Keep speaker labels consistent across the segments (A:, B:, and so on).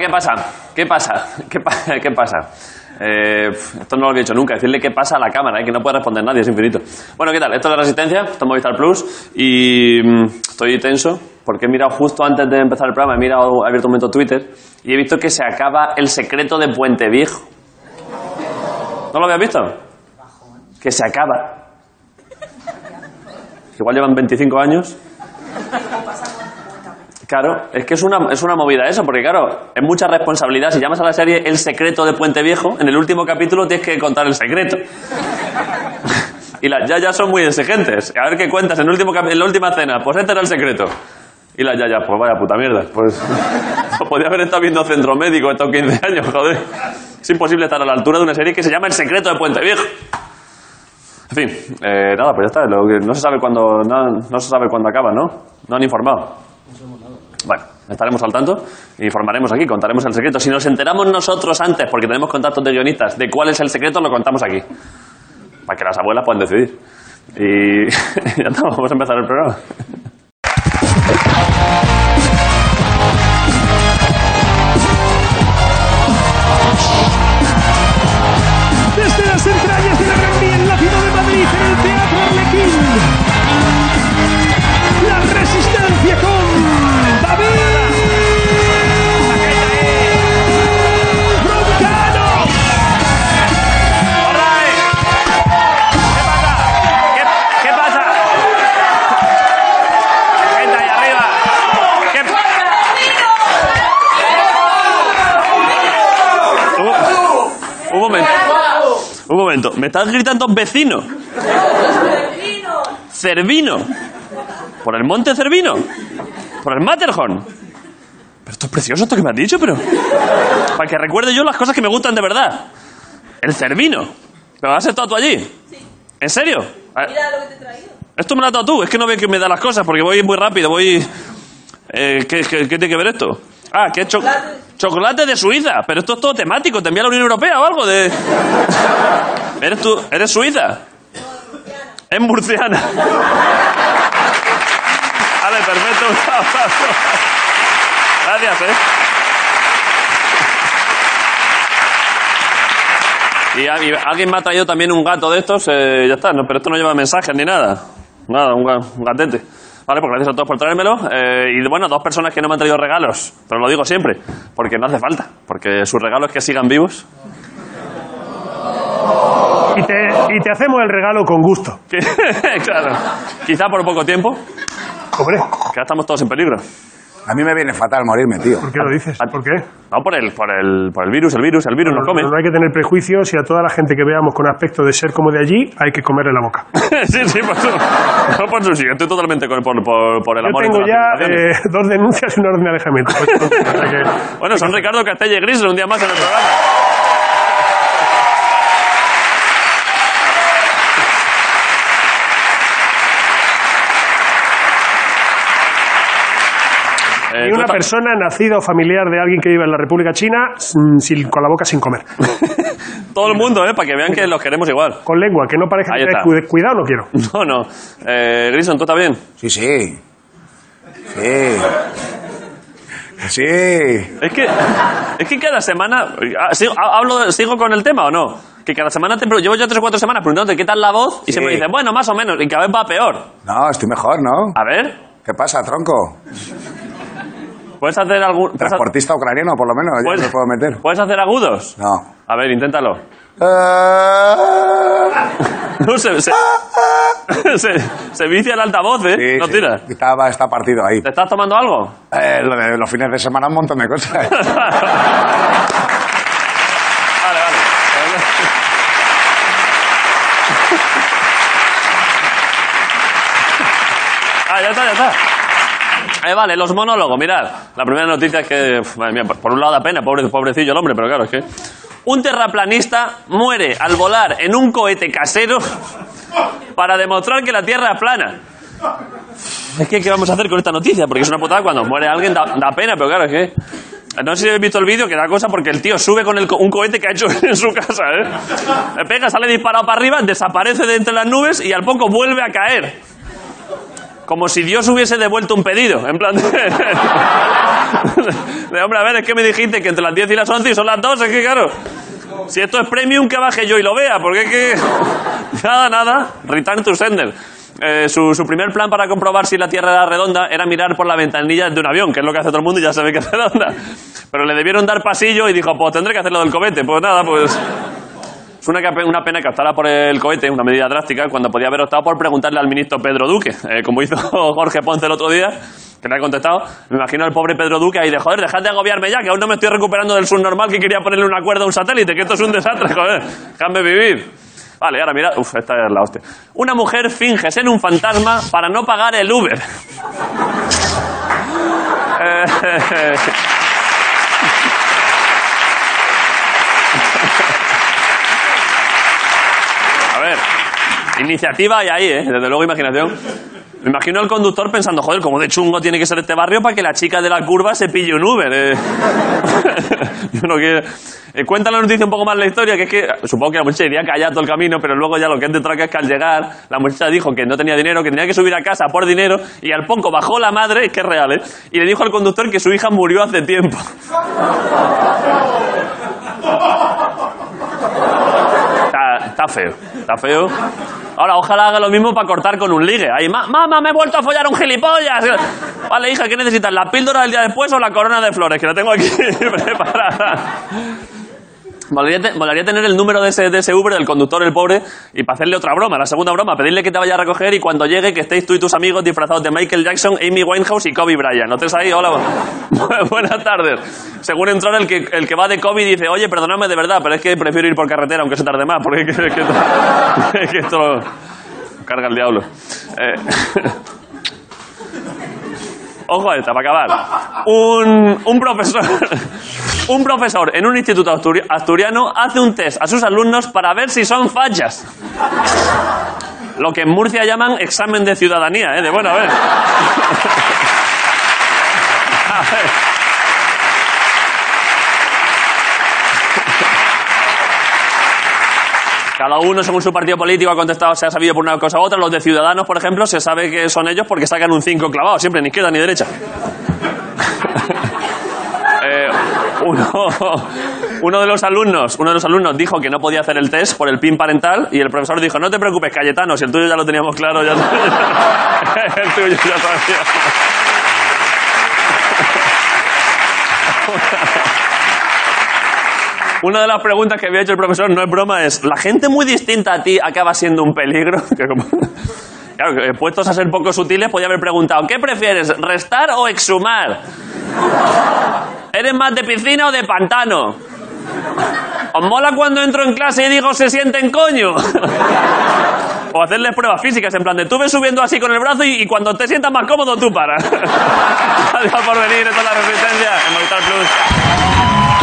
A: ¿qué pasa? ¿Qué pasa? ¿Qué, pa- qué pasa? Eh, pf, esto no lo había hecho nunca. Decirle qué pasa a la cámara, eh, que no puede responder nadie, es infinito. Bueno, ¿qué tal? Esto es la Resistencia, esto es Movistar Plus y mm, estoy tenso porque he mirado justo antes de empezar el programa, he mirado, he abierto un momento Twitter y he visto que se acaba el secreto de Puente Viejo. ¿No lo habías visto? Que se acaba. Que igual llevan 25 años. Claro, es que es una, es una movida eso, porque claro, es mucha responsabilidad. Si llamas a la serie El secreto de Puente Viejo, en el último capítulo tienes que contar el secreto. y las yayas son muy exigentes. A ver qué cuentas en, el último, cap- en la última cena. Pues este era el secreto. Y las yayas, pues vaya puta mierda. Pues, pues podía haber estado viendo Centro Médico estos 15 años, joder. Es imposible estar a la altura de una serie que se llama El secreto de Puente Viejo. En fin, eh, nada, pues ya está. Lo que- no se sabe cuándo no, no se sabe cuándo acaba, ¿no? No han informado. Bueno, estaremos al tanto, informaremos aquí, contaremos el secreto. Si nos enteramos nosotros antes, porque tenemos contactos de guionistas, de cuál es el secreto, lo contamos aquí. Para que las abuelas puedan decidir. Y ya está, vamos a empezar el programa.
B: desde las entrañas de la Gran en la ciudad de Madrid, en el Teatro Arlequín. La resistencia con David Broncano.
A: ¿Qué, pasa? Gente ahí arriba. Un, un momento. Un momento. Me estás gritando vecino. Cervino. Por el monte Cervino. Por el Matterhorn. Pero esto es precioso esto que me has dicho, pero... Para que recuerde yo las cosas que me gustan de verdad. El Cervino. ¿Pero has estado tú allí? ¿En serio? A-
C: Mira lo que te he traído.
A: Esto me lo has dado tú. Es que no veo que me da las cosas porque voy muy rápido. Voy... Eh, ¿qué, qué, qué tiene que ver esto? Ah, que es cho-
C: Chocolate.
A: chocolate de Suiza. Pero esto es todo temático. ¿Te envía la Unión Europea o algo? de ¿Eres tú? ¿Eres suiza? Es murciana. Vale, perfecto. Un aplauso. Gracias, eh. Y, a- y alguien me ha traído también un gato de estos, eh, ya está, no, pero esto no lleva mensajes ni nada. Nada, un, ga- un gatete. Vale, pues gracias a todos por traérmelo. Eh, y bueno, dos personas que no me han traído regalos, pero lo digo siempre, porque no hace falta, porque sus regalos que sigan vivos.
B: Y te, y te hacemos el regalo con gusto.
A: Que- claro, quizá por poco tiempo,
B: Hombre,
A: que ya estamos todos en peligro.
D: A mí me viene fatal morirme, tío.
B: ¿por qué lo dices? ¿Por qué?
A: No, por el, por el, por el virus, el virus, el virus nos come.
B: No hay que tener prejuicios y a toda la gente que veamos con aspecto de ser como de allí, hay que comerle la boca.
A: sí, sí, por su, no por su sí, estoy totalmente con, por, por, por el
B: Yo
A: amor. y
B: tengo
A: todas las
B: ya
A: felicitaciones.
B: eh, dos denuncias y una orden de alejamiento. O sea que-
A: Bueno, son Ricardo Castella y Gris, un día más en el programa. Eh,
B: Y
A: tú
B: una
A: estás-
B: persona nacida o familiar de alguien que vive en la República China mm, sin, con la boca sin comer.
A: Todo el mundo, ¿eh? Para que vean que los queremos igual.
B: Con lengua, que no parezca
A: Ahí
B: que
A: está.
B: cuide- cuidado, no quiero.
A: No, no. Eh, Grison, ¿tú estás bien?
D: Sí, sí. Sí. Sí.
A: Es que, es que cada semana. ah, ¿sigo, ha- hablo, ¿Sigo con el tema o no? Que cada semana te. pre- Llevo ya tres o cuatro semanas preguntándote qué tal la voz y
D: Sí.
A: siempre dices, bueno, más o menos, y cada vez va peor.
D: No, estoy mejor, ¿no?
A: A ver,
D: ¿Qué pasa, tronco?
A: ¿puedes hacer algún. puedes ha-
D: Transportista ucraniano, por lo menos. Yo no me puedo meter.
A: ¿Puedes hacer agudos?
D: No.
A: A ver, inténtalo. No, se, se, se, se vicia el altavoz, ¿eh?
D: Sí,
A: no
D: sí.
A: tira.
D: Estaba, está partido ahí.
A: ¿Te estás tomando algo?
D: Eh, lo de los fines de semana un montón de cosas.
A: Vale, vale. Ah, ya está, ya está. Eh, vale, los monólogos, mirad. La primera noticia es que, uf, madre mía, por, por un lado da pena, pobre, pobrecillo el hombre, pero claro, es que... Un terraplanista muere al volar en un cohete casero para demostrar que la Tierra es plana. Es que, ¿qué vamos a hacer con esta noticia? Porque es una putada, cuando muere alguien da, da pena, pero claro, es que... No sé si habéis visto el vídeo, que da cosa porque el tío sube con el co- un cohete que ha hecho en su casa, ¿eh? Le pega, sale disparado para arriba, desaparece de entre las nubes y al poco vuelve a caer. como si Dios hubiese devuelto un pedido. En plan. De, de, hombre, a ver, es que me dijiste que entre las 10 y las 11 y son las 2, es que claro. Si esto es premium, que baje yo y lo vea, porque es que. Nada, nada. Return to sender. Eh, su, su primer plan para comprobar si la Tierra era redonda era mirar por la ventanilla de un avión, que es lo que hace todo el mundo y ya sabe que es redonda. Pero le debieron dar pasillo y dijo, pues tendré que hacerlo del cohete. Pues nada, pues... Es una, cape- una pena que optara por el cohete, una medida drástica, cuando podía haber optado por preguntarle al ministro Pedro Duque, eh, como hizo Jorge Ponce el otro día, que le ha contestado. Me imagino al pobre Pedro Duque ahí de, joder, dejad de agobiarme ya, que aún no me estoy recuperando del subnormal que quería ponerle una cuerda a un satélite, que esto es un desastre, joder, déjame vivir. Vale, ahora mira, uf, esta es la hostia. Una mujer finge ser un fantasma para no pagar el Uber. Eh, A ver, iniciativa hay ahí, ¿eh? Desde luego imaginación. Me imagino al conductor pensando, joder, como de chungo tiene que ser este barrio para que la chica de la curva se pille un Uber. eh. Yo no quiero... Eh, cuenta la noticia un poco más la historia, que es que supongo que la muchacha iría callada todo el camino, pero luego ya lo que es de traca es que al llegar la muchacha dijo que no tenía dinero, que tenía que subir a casa por dinero, y al ponco bajó la madre, que es real, ¿eh? Y le dijo al conductor que su hija murió hace tiempo. Está, está feo, está feo. Ahora, ojalá haga lo mismo para cortar con un ligue. Ahí, "Ma- mamá, me he vuelto a follar a un gilipollas. Vale, hija, ¿qué necesitas? ¿La píldora del día después o la corona de flores? Que la tengo aquí preparada. Molaría, te- molaría tener el número de ese, de ese Uber del conductor, el pobre, y para hacerle otra broma, la segunda broma, pedirle que te vaya a recoger y cuando llegue que estéis tú y tus amigos disfrazados de Michael Jackson, Amy Winehouse y Kobe Bryant. ¿No estés ahí? Hola, bu- buenas tardes. Según entrar el que, el que va de Kobe dice, oye, perdóname de verdad, pero es que prefiero ir por carretera aunque se tarde más, porque es que, es que esto, es que esto lo- carga el diablo. Eh, Ojo a esta, para acabar. Un, un profesor un profesor en un instituto asturi- asturiano hace un test a sus alumnos para ver si son fachas. Lo que en Murcia llaman examen de ciudadanía, ¿eh? De bueno, a ver. A ver. Cada uno, según su partido político, ha contestado, se ha sabido por una cosa u otra. Los de Ciudadanos, por ejemplo, se sabe que son ellos porque sacan un 5 clavado, siempre, ni izquierda ni derecha. Eh, uno, uno de los alumnos, uno de los alumnos dijo que no podía hacer el test por el pin parental y el profesor dijo, no te preocupes, Cayetano, si el tuyo ya lo teníamos claro, ya el tuyo ya sabía. Una de las preguntas que había hecho el profesor, no es broma, es, ¿la gente muy distinta a ti acaba siendo un peligro? Que como- claro, que puestos a ser poco sutiles, podía haber preguntado, ¿qué prefieres, restar o exhumar? ¿Eres más de piscina o de pantano? ¿Os mola cuando entro en clase y digo, se sienten coño? O hacerles pruebas físicas, en plan de tú ves subiendo así con el brazo y, y cuando te sientas más cómodo tú paras. Gracias por venir, esta es la resistencia en Movistar Plus.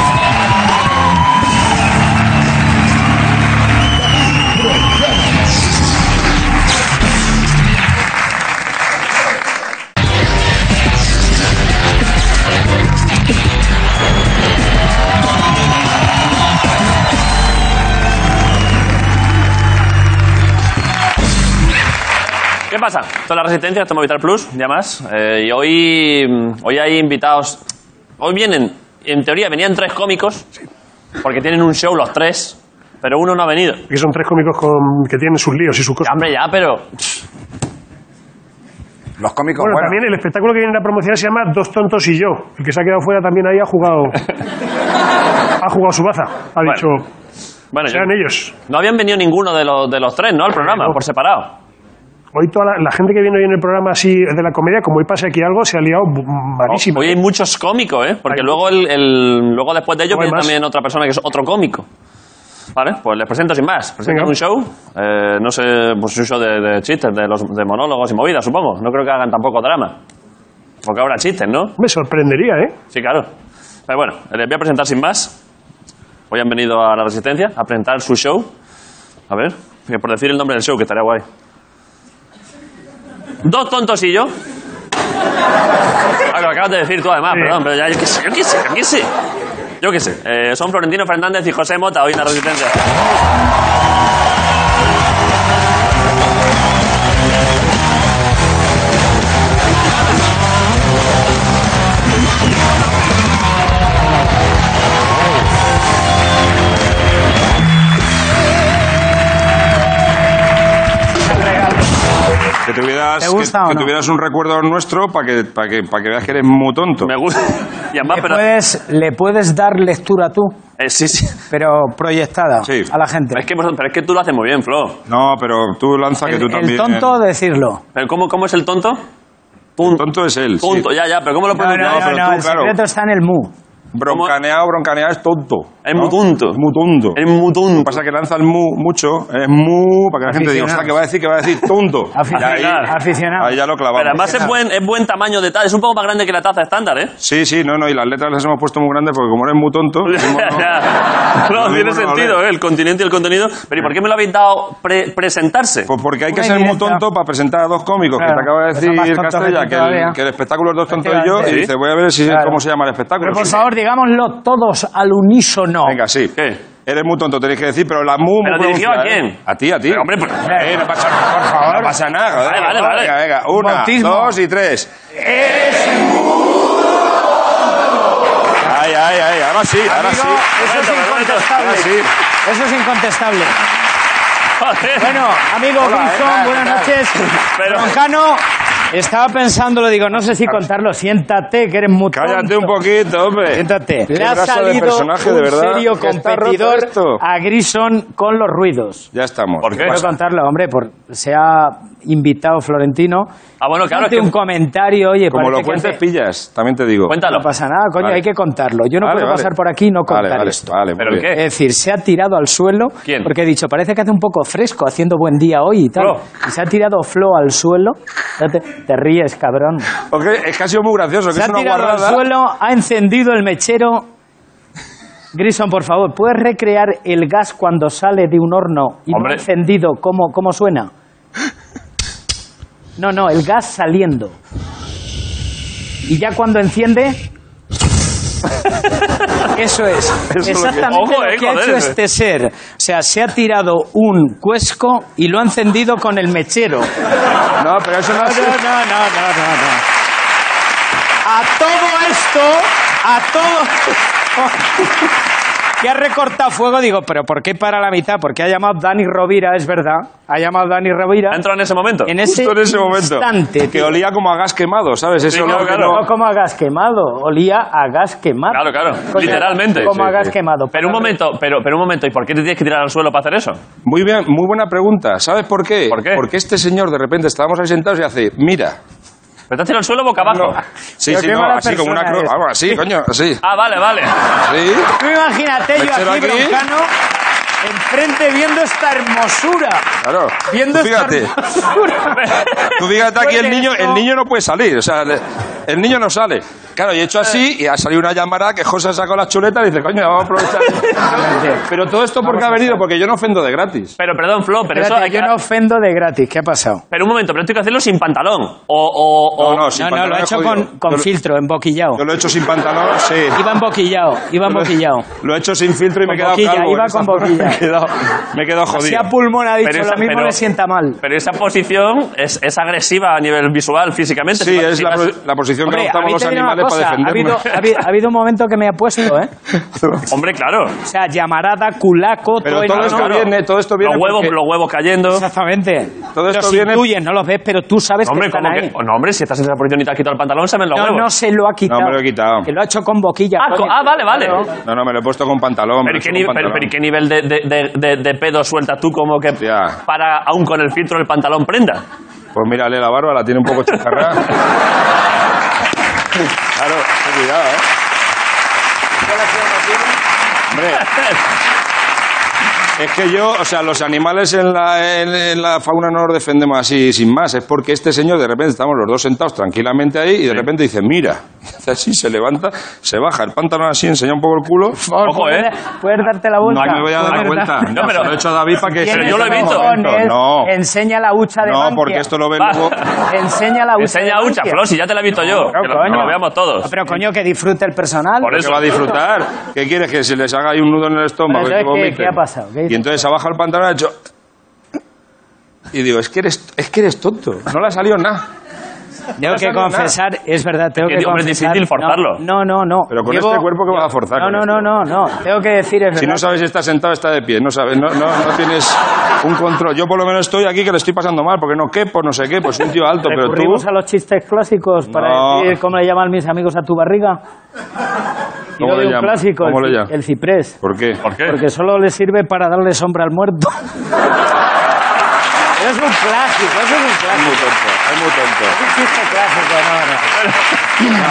A: ¿Qué pasa? Esto es la Resistencia, esto es Movistar Plus, ya más. Eh, y hoy, mm, hoy hay invitados. Hoy vienen, en teoría venían tres cómicos, porque tienen un show los tres, pero uno no ha venido.
C: Que son tres cómicos con- que tienen sus líos y
A: Ya,
C: sus cosas.
A: hombre, ya, pero.
D: Los cómicos,
C: Bueno,
D: bueno.
C: también el espectáculo que viene a promocionar se llama Dos tontos y yo. El que se ha quedado fuera también ahí ha jugado. ha jugado su baza. Ha
A: Bueno,
C: dicho,
A: Bueno, yo-
C: serán ellos.
A: no habían venido ninguno de los, de los tres, ¿no? Al programa,
C: No.
A: por separado.
C: Hoy toda la, la gente que viene hoy en el programa así de la comedia, como hoy pase aquí algo, se ha liado bu- malísimo.
A: Hoy hay muchos cómicos, ¿eh? Porque
C: Hay
A: luego, el, el- luego después de ellos
C: Luego hay
A: viene
C: más.
A: también otra persona que es otro cómico. Vale, pues les presento sin más. Presento
C: Venga.
A: un show, eh, no sé, pues un show de, de chistes, de, los, de monólogos y movidas, supongo. No creo que hagan tampoco drama. Porque habrá chistes, ¿no?
C: Me sorprendería, ¿eh?
A: Sí, claro. Pero bueno, les voy a presentar sin más. Hoy han venido a La Resistencia a presentar su show. A ver, que por decir el nombre del show, que estaría guay. Dos tontos y yo. Ah, lo acabas de decir tú además,
C: Sí.
A: perdón, pero ya, yo qué sé, yo qué sé, yo qué sé. Yo qué sé. Eh, son Florentino Fernández y José Mota hoy en La Resistencia.
E: tuvieras,
F: ¿Te gusta
E: que,
F: o
E: que
F: no?
E: tuvieras un recuerdo nuestro para que, para que, para que veas que eres muy tonto.
A: Me gusta. Y además,
F: Le
A: pero.
F: puedes, le puedes dar lectura tú,
A: eh, sí, sí.
F: pero proyectada
E: Sí.
F: a la gente.
A: Pero es, que, vosotros- pero es que tú lo haces muy bien, Flo.
E: No, pero tú lanza que
F: El,
E: tú
F: el
E: también. eh,
F: tonto decirlo.
A: ¿Pero cómo, cómo es el tonto?
E: El
A: Punto.
E: tonto es él. sí.
A: Punto, ya, ya, pero ¿cómo lo
F: No, no,
A: pronuncias?
F: no,
E: pero
F: no,
E: tú,
F: el
E: claro.
F: secreto está en el mu.
E: Broncaneado, broncaneado es tonto.
A: Es
E: ¿no?
A: muy tonto.
E: Es muy tonto.
A: Es muy
E: Lo que
A: tonto.
E: pasa es que lanza el mu mucho, es mu, para que la gente diga, o sea,
F: Aficionados.
E: que va a decir, que va a decir tonto. Y ahí-
F: Aficionado. aficionado.
E: Ahí ya lo clavamos.
A: Pero además es buen, es buen tamaño de taza. Es un poco más grande que la taza estándar, ¿eh?
E: Sí, sí, no, no, y las letras las hemos puesto muy grandes porque como eres muy tonto. mismo no-
A: Ya. no,
E: mismo
A: tiene
E: no
A: sentido,
E: hablé.
A: ¿eh? El continente y el contenido. Pero ¿y por qué me lo habéis dado pre- presentarse?
E: Pues porque hay que
F: Una
E: ser muy
F: indirecta.
E: tonto para presentar a dos cómicos,
F: Claro,
E: que te acaba de
F: que son más
E: decir
F: tontos que
E: Castella,
F: tú
E: que
F: todavía.
E: el, que el espectáculo es dos tontos y yo, y
F: Sí.
E: dice, voy a ver si,
F: Claro.
E: cómo se llama el espectáculo.
F: Pero por favor, digámoslo todos al unísono.
E: Venga, sí.
A: ¿Qué?
E: Eres muy tonto, tenéis que decir, pero la mu...
A: ¿Pero
E: mu
A: dirigido
E: pronuncia,
A: a
E: ¿eh?
A: quién?
E: A ti, a ti.
A: Pero, hombre, por-
E: Eh, no pasa nada, por favor. No pasa nada. joder.
A: Vale, vale, vale.
E: Venga, venga. Una,
F: Bautismo.
E: dos y tres. ¡Eres muy tonto! Ay, ay, ay. Ahora sí, ahora
F: Amigo,
E: sí.
F: eso es
A: Roberto,
F: incontestable.
E: Roberto. Ahora
F: Eso es incontestable.
A: Joder.
F: Bueno, amigo
E: Hola,
F: Wilson,
E: eh, ¿qué
F: buenas
E: tal?
F: noches.
A: Pero-
F: Broncano, estaba pensando, lo digo, no sé si contarlo. Siéntate, que eres muy tonto.
E: Cállate un poquito, hombre.
F: Siéntate.
E: Qué
F: Le ha
E: brazo de
F: salido un
E: personaje, de verdad.
F: serio
E: Que está roto
F: competidor
E: esto.
F: a Grison con los ruidos.
E: Ya estamos.
A: ¿Por qué?
F: Quiero contarlo, hombre, por, se ha invitado Florentino.
A: Ah, bueno, claro,
F: Hazte
A: es que-
F: un comentario, oye,
E: Como
F: parece
E: lo
F: que
E: cuentes,
F: hace-
E: pillas. También te digo.
A: Cuéntalo.
F: No pasa nada, coño,
E: Vale.
F: hay que contarlo. Yo no
E: Vale,
F: puedo
E: vale.
F: pasar por aquí y no contar
E: Vale, vale,
F: esto.
E: vale, muy
A: ¿Pero
E: bien.
A: qué?
F: Es decir, se ha tirado al suelo.
A: ¿Quién?
F: Porque he dicho, parece que hace un poco fresco haciendo buen día hoy y tal.
A: Flo.
F: Y se ha tirado Flo al suelo. Fíjate, te ríes, cabrón. Se
E: Porque es que ha sido muy gracioso, que
F: ha
E: es una
F: tirado al
E: guarrada.
F: suelo, ha encendido el mechero. Grison, por favor, ¿puedes recrear el gas cuando sale de un horno y
A: Hombre.
F: no encendido? ¿Cómo, ¿Cómo suena? No, no, el gas saliendo. Y ya cuando enciende. Eso es.
A: es lo que-
F: Exactamente
A: Ojo, eh,
F: lo que ha
A: joder.
F: hecho este ser. O sea, se ha tirado un cuesco y lo ha encendido con el mechero.
E: No, pero eso no
F: No, no, no, no, no, no, no. A todo esto, a todo. Que ha recortado fuego, digo, pero ¿por qué para la mitad? Porque ha llamado Dani Rovira, es verdad. Ha llamado Dani Rovira.
A: ¿Ha entrado en ese momento?
F: En ese,
E: Justo en ese momento.
F: instante,
E: que
F: tío.
E: olía como a gas quemado, ¿sabes? Eso
A: Sí, claro,
E: olor que
A: claro.
E: no-
F: No como a gas quemado, olía a gas quemado.
A: Claro, claro,
F: Coño,
A: literalmente.
F: Como
A: Sí,
F: a
A: sí,
F: gas
A: sí.
F: quemado.
A: Pero un
F: Para-
A: momento, pero, pero un momento, ¿y por qué te tienes que tirar al suelo para hacer eso?
E: Muy bien, muy buena pregunta. ¿Sabes por qué?
A: ¿Por qué?
E: Porque este señor de repente estábamos ahí sentados y hace, mira.
A: ¿Pero te has tirado al suelo boca abajo?
E: Sí,
F: Pero
E: sí,
F: qué
E: no,
F: mala
E: así como una cruz.
F: persona eres.
E: Vamos, así, coño, así.
A: Ah, vale, vale.
E: Sí.
F: Tú imagínate yo
E: Mechero
F: aquí,
E: aquí.
F: broncano, enfrente viendo esta hermosura.
E: Claro.
F: Viendo
E: Tú fíjate.
F: esta hermosura.
E: Tú fíjate aquí, el
F: Oye,
E: niño,
F: esto-
E: el niño no puede salir, o sea, le- el niño no sale. Claro, y he hecho así, y ha salido una llamarada que José sacó las chuletas y dice, coño, vamos a aprovechar. Pero todo esto porque ha venido, porque yo no ofendo de gratis.
A: Pero perdón, Flo, pero eso
F: Espérate,
A: hay que...
F: yo no ofendo de gratis. ¿Qué ha pasado?
A: Pero un momento, pero esto hay que hacerlo sin pantalón. O, o, o-
E: No, no, sin
F: Oh, no, no,
E: pantalón
F: lo ha
E: he
F: hecho
E: jodido.
F: con, con
E: Yo lo-
F: filtro, emboquillado.
E: Yo lo he hecho sin pantalón, sí.
F: Iba emboquillado, iba emboquillado.
E: Lo he hecho sin filtro y me he
F: Con
E: quedado
F: boquilla,
E: calvo.
F: iba
E: en
F: con
E: esta-
F: boquilla.
E: Me he quedado, me he quedado
F: Si a
E: jodido.
F: pulmón ha dicho
A: Pero esa-
F: lo mismo,
A: pero-
F: le sienta mal.
A: Pero esa posición es, es agresiva a nivel visual, físicamente.
E: Sí,
A: Si vas-
E: es
A: si
E: la,
A: vas-
E: pro- la posición
F: Hombre,
E: que
F: a
E: adoptamos
F: mí
E: los
F: te diré una
E: animales
F: cosa,
E: para
F: ha
E: defenderme.
F: habido, ha habido- ha habido un momento que me ha puesto, ¿eh?
A: Hombre, claro.
F: O sea, llamarada, culaco,
E: Pero
F: el-
E: todo esto
F: claro.
E: viene, todo esto viene
A: los, huevos,
E: porque-
A: los huevos cayendo.
F: Exactamente.
E: Todo esto
F: los
E: viene-
F: intuyes, no los ves, pero tú sabes
A: Hombre,
F: que están
A: ¿cómo que-
F: ahí.
A: oh, no, hombre, si estás en esa posición y te has quitado el pantalón, se ven los
F: No,
A: huevos.
F: no se lo ha quitado.
E: No me lo he quitado.
F: Que lo ha hecho con boquilla.
A: Ah,
F: coño.
A: co- ah, vale, vale.
F: Claro.
E: No, no, me lo he puesto con pantalón. me
A: Pero
E: lo
A: ¿y qué,
E: he puesto
A: nivel-
E: con
A: pero- pero ¿y
E: pantalón.
A: qué nivel de, de, de- de- de pedo sueltas tú como que
E: Hostia.
A: para, aún con el filtro del pantalón, prenda?
E: Pues mírale la barba, la tiene un poco chacarrada. claro, ten cuidado, ¿eh? Hombre, es que yo, o sea, los animales en la, en, en la fauna no los defendemos así sin más. Es porque este señor, de repente, estamos los dos sentados tranquilamente ahí y de repente dice, mira, Y hace así, se levanta, se baja el pantalón así, enseña un poco el culo.
A: Ojo, ¿eh?
F: Puedes darte la vuelta.
E: No, me voy a dar la
F: Puedes
E: vuelta.
F: dar-
E: No, pero lo he hecho a David para que...
A: Pero
F: Tienes
A: yo lo he visto.
F: cojones,
E: No,
F: Enseña la hucha de
E: no,
F: Bankia.
E: porque esto lo ven
A: Va.
E: luego...
F: Enseña la hucha
A: Enseña
F: de
A: hucha,
F: Bankia.
A: Flo, si ya te la he visto yo.
F: Claro,
A: que lo, que
F: coño.
A: lo veamos todos.
F: No, pero coño, que disfrute el personal.
A: Por
E: Pero
A: eso.
E: que va a disfrutar. ¿Qué quieres? ¿Que se les haga ahí un nudo en el estómago?
F: Pero
E: y que
F: entonces, ¿qué-
E: vomiten?
F: qué ha pasado? ¿Qué
E: y
F: dices?
E: entonces ha bajado el pantalón y ha hecho... Y digo, es que eres, es que eres tonto. No le ha salido nada.
F: Tengo que confesar, es verdad, tengo
A: que,
F: que
A: hombre,
F: confesar.
A: es difícil
F: no,
A: forzarlo.
F: No, no, no.
E: Pero con
F: Llevo-
E: este cuerpo que vas a forzar.
F: No,
E: con
F: no,
E: esto?
F: no, no, no. Tengo que decir, es verdad.
E: Si no sabes si está sentado, está de pie. No sabes, no, no, no tienes un control. Yo por lo menos estoy aquí que le estoy pasando mal, porque no quepo, no sé qué, pues soy un tío alto, pero tú...
F: Recurrimos a los chistes clásicos para
E: No.
F: decir cómo le llaman mis amigos a tu barriga. Y
E: ¿Cómo
F: no
E: le
F: de un
E: llaman?
F: clásico,
E: ¿Cómo le
F: el, ci-
E: llaman?
F: el ciprés.
E: ¿Por qué? ¿Por
F: Porque solo le sirve para darle sombra al muerto. es un clásico, eso es un
E: Es
F: clásico.
E: muy tonto, es muy tonto.
F: Es un chiste clásico, no, no. No.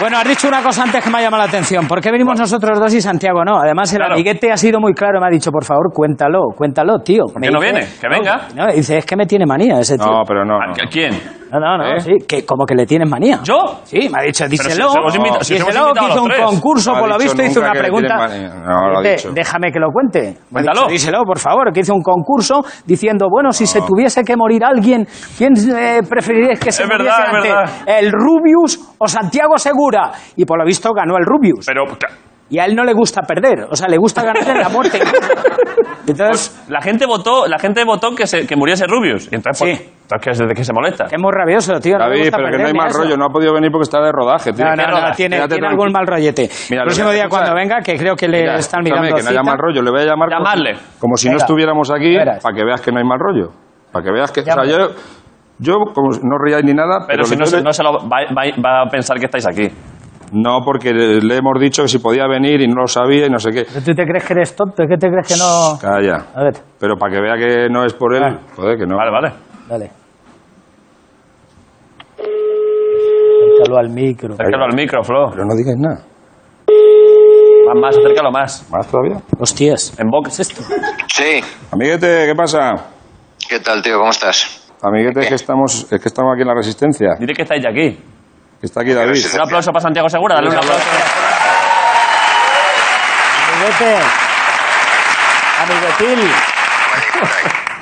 F: Bueno, has dicho una cosa antes que me ha llamado la atención. ¿Por qué venimos nosotros dos y Santiago no? Además, el
A: Claro.
F: amiguete ha sido muy claro. Me ha dicho, por favor, cuéntalo, cuéntalo, tío. Me
A: qué no
F: dice-
A: viene? Que venga.
F: No, dice, es que me tiene manía ese tío.
E: No, pero no.
A: ¿A-
E: no.
A: a ¿Quién?
F: No, no, no,
E: ¿Eh?
F: sí, que como que le tienes manía.
A: ¿Yo?
F: Sí, me ha dicho,
A: si
F: díselo.
A: os hemos invitado- si os hemos
F: díselo, que
A: invitado a
F: hizo
A: los
F: un
A: tres.
F: concurso,
E: No ha
F: por lo
E: dicho
F: visto,
E: nunca
F: hizo una
E: que le
F: pregunta.
E: tienes manía. No, lo ha
F: Dice,
E: dicho.
F: Déjame que lo cuente. Me ha dicho,
A: Cuéntalo.
F: díselo, por favor, que hizo un concurso diciendo, bueno, si se tuviese que morir alguien, ¿quién eh, preferiríais que se
A: Es
F: muriese
A: verdad, es
F: antes? ¿El Rubius o Santiago Segura? Y por lo visto ganó el Rubius.
A: Pero
F: Y a él no le gusta perder, o sea, le gusta ganar en la muerte. Entonces,
A: la gente votó, la gente votó que, se, que muriese Rubius. Y entonces, pues,
F: Sí.
A: entonces ¿de qué se molesta?
F: es muy rabioso, tío. no le
E: David,
F: gusta
E: pero que
F: perder
E: no hay
F: ni a
E: mal
F: eso.
E: rollo, no ha podido venir porque está de rodaje. tío.
F: No,
E: ¿Qué
F: no, no,
E: rodas?
F: tiene,
E: Quédate
F: tiene
E: tranquilo.
F: algún mal rollete.
E: Mira,
F: el
E: lo
F: próximo
E: voy a
F: día
E: escuchar.
F: cuando venga, que creo
A: Eh,
F: que le
E: Mira,
F: están
E: escúchame,
F: mirando
E: que no
F: cita.
E: haya mal rollo, le voy a llamar como-
A: Llamadle.
E: como, si no
F: Venga.
E: estuviéramos aquí,
F: Verás.
E: para que veas que no hay mal rollo. Para que veas que... O sea,
F: Llámale.
E: yo, yo como no ríais ni nada,
A: Pero,
E: pero,
A: si
E: yo
A: no, se-
E: le-
A: no se lo va, va- va a pensar que estáis aquí.
E: No, porque le hemos dicho que si podía venir y no lo sabía y no sé qué.
F: ¿Tú te crees que eres tonto? ¿Qué te crees que no...?
E: Calla.
F: A ver,
E: Pero para que vea que no es por él,
F: Ah.
E: joder, que no.
A: Vale, vale.
F: dale. Acércalo al micro.
A: Acércalo al micro, Flo.
E: Pero no digas nada.
A: Más, más, acércalo más.
E: ¿Más todavía?
F: Hostias.
A: En box esto.
G: Sí,
E: Amiguete, ¿qué pasa?
G: ¿qué tal, tío? ¿Cómo estás?
E: Amiguete, es que estamos, es que estamos aquí en la Resistencia.
A: Diré que estáis ya aquí.
E: Que está aquí David.
G: sí.
A: Un aplauso para Santiago Segura. Dale un aplauso.
F: Amiguete. Amiguetil.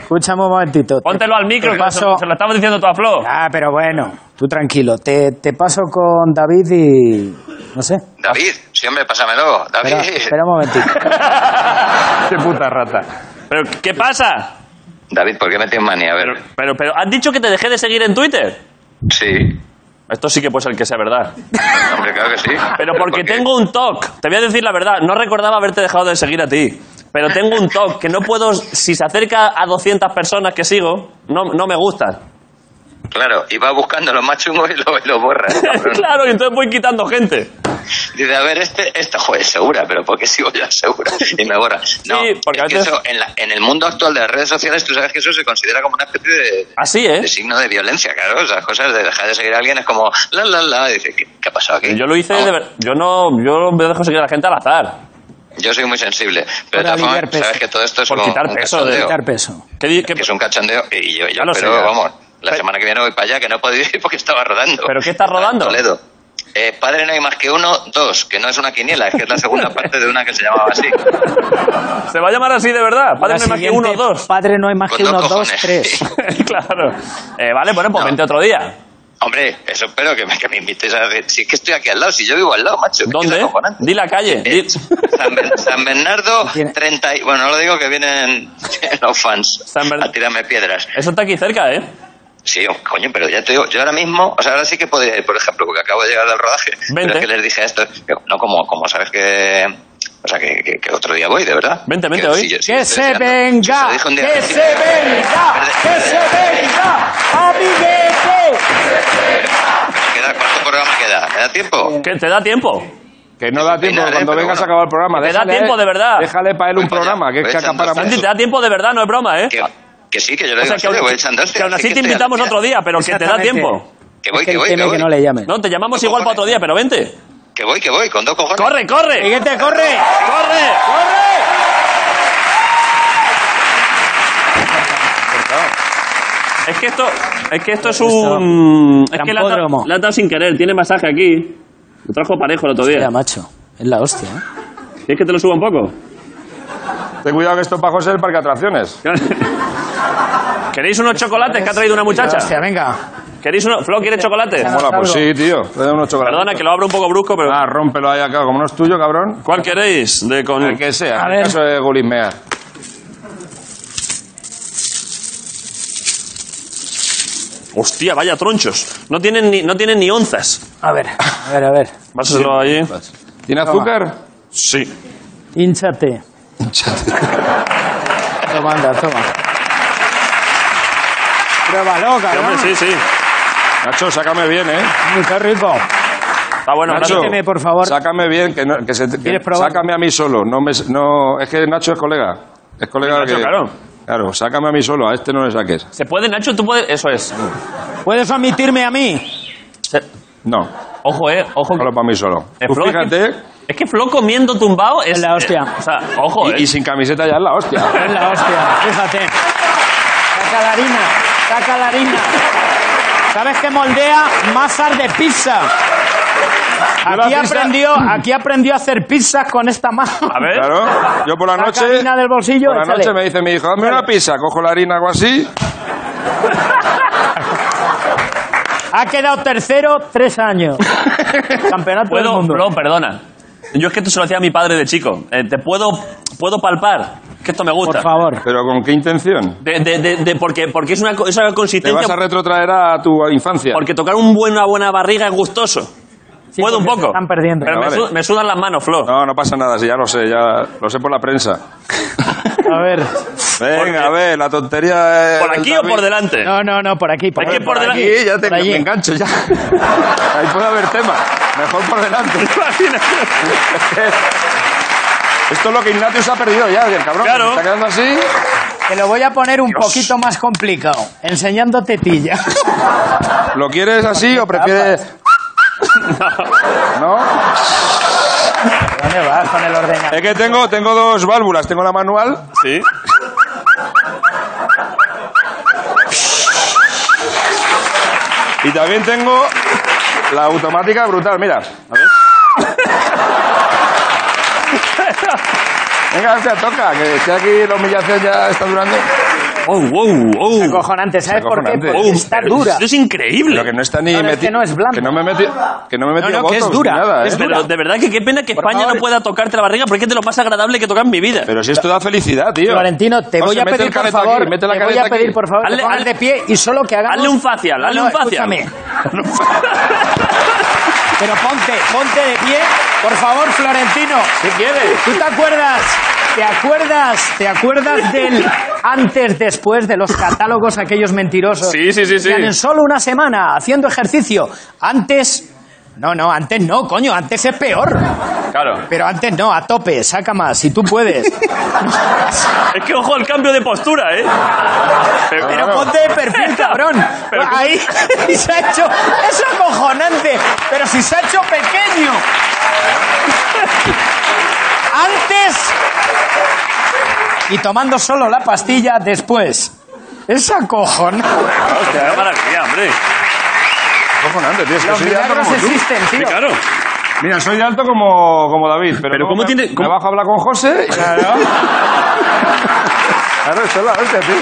F: Escúchame un momentito.
A: Póntelo al micro,
F: Te
A: que
F: paso-
A: se, se lo estamos diciendo todo a Flo.
F: Ah, pero bueno, tú tranquilo. Te, te paso con David y... No sé.
G: David, sí, hombre, pásamelo. David,
F: Espera, espera un momentito.
E: Ah, Qué puta rata.
A: ¿Pero qué pasa?
G: David, ¿por qué me tienes manía? A ver,
A: Pero, pero, ¿has dicho que te dejé de seguir en Twitter?
G: sí,
A: Esto sí que puede ser que sea verdad.
G: hombre, claro que sí.
A: Pero porque
G: ¿por qué?
A: tengo un TOC. Te voy a decir la verdad. No recordaba haberte dejado de seguir a ti. Pero tengo un TOC que no puedo... Si se acerca a 200 personas que sigo, no, no me gusta.
G: Claro, y va buscando lo más chungo y lo, y lo borra. cabrón.
A: claro, y entonces voy quitando gente.
G: Dice, a ver, este, esta joder, segura, pero ¿por qué sigo yo a segura? Y me borra. No,
A: Sí, porque
G: es
A: a
G: que
A: veces-
G: eso, en, la- en el mundo actual de las redes sociales, tú sabes que eso se considera como una especie de,
A: Así, ¿eh?
G: de signo de violencia, claro. O sea, cosas de dejar de seguir a alguien es como, la, la, la, y dice, ¿qué, qué ha pasado aquí?
A: Yo lo hice
G: Vamos,
A: de ver... Yo no... Yo me dejo seguir a la gente al azar.
G: Yo soy muy sensible, pero de
F: Para
G: todas formas,
F: aliviar peso.
G: sabes que todo esto es
A: Por
G: como
A: quitar
G: un
A: peso de-
G: cachondeo.
F: Quitar peso.
A: ¿Qué, di- qué-
G: que es un cachondeo y yo, yo
A: Ya lo sé,
G: pero
A: ya.
G: vamos, la
A: Pero-
G: semana que viene voy para allá que no he podido ir porque estaba rodando.
A: ¿Pero qué estás
G: Estaba en
A: rodando?
G: Toledo. Eh, padre no hay más que uno, dos, que no es una quiniela, es que es la segunda parte de una que se llamaba así.
A: ¿Se va a llamar así de verdad? Padre no
F: La
A: hay más que
F: siguiente,
A: uno dos.
F: Padre no hay más
G: Con
F: que
G: dos
F: uno, dos,
G: cojones.
F: tres.
A: claro. Eh, vale, bueno, pues
G: No.
A: vente otro día.
G: Hombre, eso espero que me, que me invites a decir, si es que estoy aquí al lado, si yo vivo al lado, macho. que es
A: ¿Dónde?
G: acojonante.
A: Di la calle.
G: Eh,
A: di-
G: San, Ben- San Bernardo
F: Tiene-
G: 30 y, bueno, no lo digo que vienen los fans
A: San Bern-
G: a tirarme piedras.
A: Eso está aquí cerca, ¿eh?
G: Sí, oh, coño, pero ya te digo, yo ahora mismo, o sea, ahora sí que podría ir, por ejemplo, porque acabo de llegar del rodaje.
A: Vente.
G: Pero es que les dije a esto, que- no como, como sabes que. O sea, que, que- que otro día voy, de verdad.
A: Vente, vente
G: Que
A: hoy.
G: yo-
F: ¡Que
G: estoy
F: se
G: deseando.
F: venga!
G: Yo se lo dije un día
F: ¡Que
G: que-
F: se venga! ¡Que se venga! ¡Amiguete!
G: Queda, ¿Cuánto programa queda? ¿Me da tiempo?
A: ¿Qué, ¿Te da tiempo?
E: Que no da tiempo,
G: Nada, eh,
E: cuando
G: pero
E: vengas a
G: bueno.
E: acabar el programa.
A: Que te da
E: déjale-
A: tiempo, de verdad. pues
E: Déjale para él un
G: Voy para
E: programa,
G: allá,
E: que es que
G: voy echando
E: acapara
A: Santi,
G: hostias.
E: mucho.
A: te da tiempo de verdad, no es broma, ¿eh?
G: Que, que sí, que yo lo
A: O sea,
G: digo en
A: que, aún-
G: serio, voy echando hostias,
A: que aún
G: sí
A: así
G: que
A: te
G: estoy al
A: invitamos
G: día.
A: otro día, pero que te da
F: Exactamente.
A: tiempo.
G: Que voy,
F: Es que
G: que
F: él
G: voy, que
F: teme
G: voy.
F: que no le llamen.
A: No, te llamamos
G: Con
A: igual para
G: cojones.
A: otro día, pero vente.
G: Que voy, que voy, con dos cojones.
A: ¡Corre, corre!
F: ¡Amiguete, corre!
A: ¡Corre!
F: ¡Corre!
A: Es que esto es, que esto es un... Es que la ha
F: Trampódromo.
A: la ha dado sin querer, tiene masaje aquí. Lo trajo parejo el otro
F: Mira,
A: día.
F: macho, es la hostia, ¿eh?
A: ¿Quieres que te lo suba un poco?
E: Ten cuidado que esto para José es el parque de atracciones.
A: ¿Queréis unos chocolates que ha traído una muchacha?
F: Hostia, venga.
A: ¿Queréis uno? ¿Flo quiere chocolate?
E: Mola, pues sí, tío. Le da unos chocolates.
A: Perdona que lo abro un poco brusco, pero.
E: Ah, rómpelo ahí acá. Como no es tuyo, cabrón.
A: ¿Cuál queréis? De con...
E: El que sea.
F: A
E: En
F: ver.
E: el caso de Golismea.
A: Hostia, vaya tronchos. No tienen ni, no tienen ni onzas.
F: A ver, a ver, a ver.
A: Pásaselo ahí.
E: ¿Tiene azúcar?
A: Sí.
F: Hinchate. Toma, anda, toma. Prueba loca,
A: Sí, hombre, sí, sí.
E: Nacho, sácame bien, ¿eh?
F: Qué rico.
A: Está bueno,
E: Nacho,
A: Nacho.
F: Permíteme, por favor.
E: Sácame bien, que, no- que se, que-
F: ¿Quieres probar?
E: sácame a mí solo. No me, no, es que Nacho es colega. Es colega
A: Nacho,
E: que-
A: claro.
E: Claro, sácame a mí solo, a este no le saques.
A: ¿Se puede, Nacho? ¿Tú puedes? Eso es.
F: ¿Puedes admitirme a mí?
A: Se-
E: No,
A: Ojo, eh. Ojo.
E: solo para mí solo.
A: Eh,
E: Tú
A: Flo, es que-
E: fíjate,
A: Es que Flo comiendo tumbado es...
F: Es la hostia.
A: eh, o sea, ojo, eh.
E: y, y sin camiseta ya es la hostia.
F: Es la hostia, fíjate. Saca la harina, saca la harina. ¿Sabes que moldea masas de pizza?
E: la
F: Aquí
E: pizza-
F: aprendió, aquí aprendió a hacer pizzas con esta mano.
A: eh, A ver.
E: Claro, yo por la
F: ¿Eh? Saca
E: noche...
F: harina del bolsillo,
E: por la
F: échale.
E: noche me dice mi hijo, dame una pizza, cojo la harina, algo así.
F: Ha quedado tercero tres años. Campeonato del
A: ¿Puedo?
F: mundo.
A: Flo, perdona. Yo es que esto se lo hacía a mi padre de chico. Eh, ¿Te puedo, puedo palpar? Que esto me gusta.
F: Por favor.
E: Pero ¿con qué intención?
A: De, de- de- de- porque, porque es una, co- es una
E: Te vas
A: consistencia...
E: a retrotraer a tu infancia.
A: Porque tocar un buen, una buena barriga es gustoso.
F: Sí,
A: ¿Puedo un
F: porque se
A: poco?
F: están perdiendo.
A: Pero
E: Venga,
A: me,
E: vale.
A: su- me sudan las manos, Flo.
E: No, no pasa nada, si ya lo sé, ya lo sé por la prensa.
F: A ver.
A: Porque-
E: Venga, a ver, la tontería es...
A: ¿Por aquí o por delante?
F: No, no, no, por aquí. Por
A: Aquí
F: aquí,
A: por delante.
E: Aquí ya te,
F: Por allí.
E: me engancho ya. Ahí puede haber tema. Mejor por delante. Esto es lo que Ignatius ha perdido ya, el cabrón.
A: Claro.
E: Se Está quedando así.
F: Te lo voy a poner un poquito más complicado. Enseñando tetilla.
E: ¿Lo quieres así o prefieres.? No.
F: ¿Dónde vas con el ordenador?
E: Es que tengo, tengo dos válvulas. Tengo la manual.
A: Sí.
E: Y también tengo la automática brutal, mira. A ver. Venga, hostia, toca, que si aquí la humillación ya está durando.
A: Oh, wow, wow.
F: Acojonante, ¿sabes por qué?
E: Acojonante.
F: Porque
A: Oh,
F: está
A: pero
F: dura.
A: Esto es increíble.
E: Pero que no está ni
F: No, no, es
E: meti-
F: que no es blanda.
E: Que no me he metido, que no me he metido
F: no, que es
E: Botox ni
F: dura,
E: nada,
F: es
E: ¿eh?
A: Pero de verdad que qué pena que
E: Por
A: España
E: favor.
A: no pueda tocarte la barriga porque es de lo más agradable que he tocado en mi vida.
E: Pero si esto da felicidad, tío.
F: Florentino, te
E: No,
F: voy
E: se
F: a
E: mete
F: pedir,
E: el
F: por
E: careto
F: favor,
E: aquí, mete la
F: te voy
E: careta
F: a pedir,
E: aquí.
F: por favor,
A: Hazle-
F: que pongas
A: hazle-
F: de pie y solo que hagamos...
A: Hazle un facial,
F: No,
A: hazle
F: no,
A: un facial.
F: escúchame. Pero ponte, ponte de pie. Por favor, Florentino.
A: ¿Qué quieres?
F: ¿Tú te acuerdas? ¿Te acuerdas? ¿Te acuerdas del antes después de los catálogos aquellos mentirosos?
A: Sí, sí, sí,
F: Que
A: sí.
F: en solo una semana haciendo ejercicio. Antes No, no, antes no, coño, antes es peor.
A: Claro.
F: Pero antes no, a tope, saca más, si tú puedes.
A: Es que ojo al cambio de postura, ¿eh? Pero,
F: Pero ponte de perfil, cabrón.
A: Pero ¿cómo?
F: Ahí y se ha hecho. Es acojonante. Pero si se ha hecho pequeño. Antes. Y tomando solo la pastilla después. Es acojonante.
A: Hostia,
F: eh,
A: qué maravilla, hombre.
E: Acojonante, tío, es que
F: Los
E: soy de alto
F: milagros
E: como tú.
F: existen,
A: Sí,
F: tío.
A: claro.
E: Mira, soy de alto como, como David. Pero,
A: Pero
E: luego
A: ¿cómo
E: me-
A: tiene-
E: me
A: cómo-
E: bajo a hablar con José. Claro. claro, eso es la hostia, tío.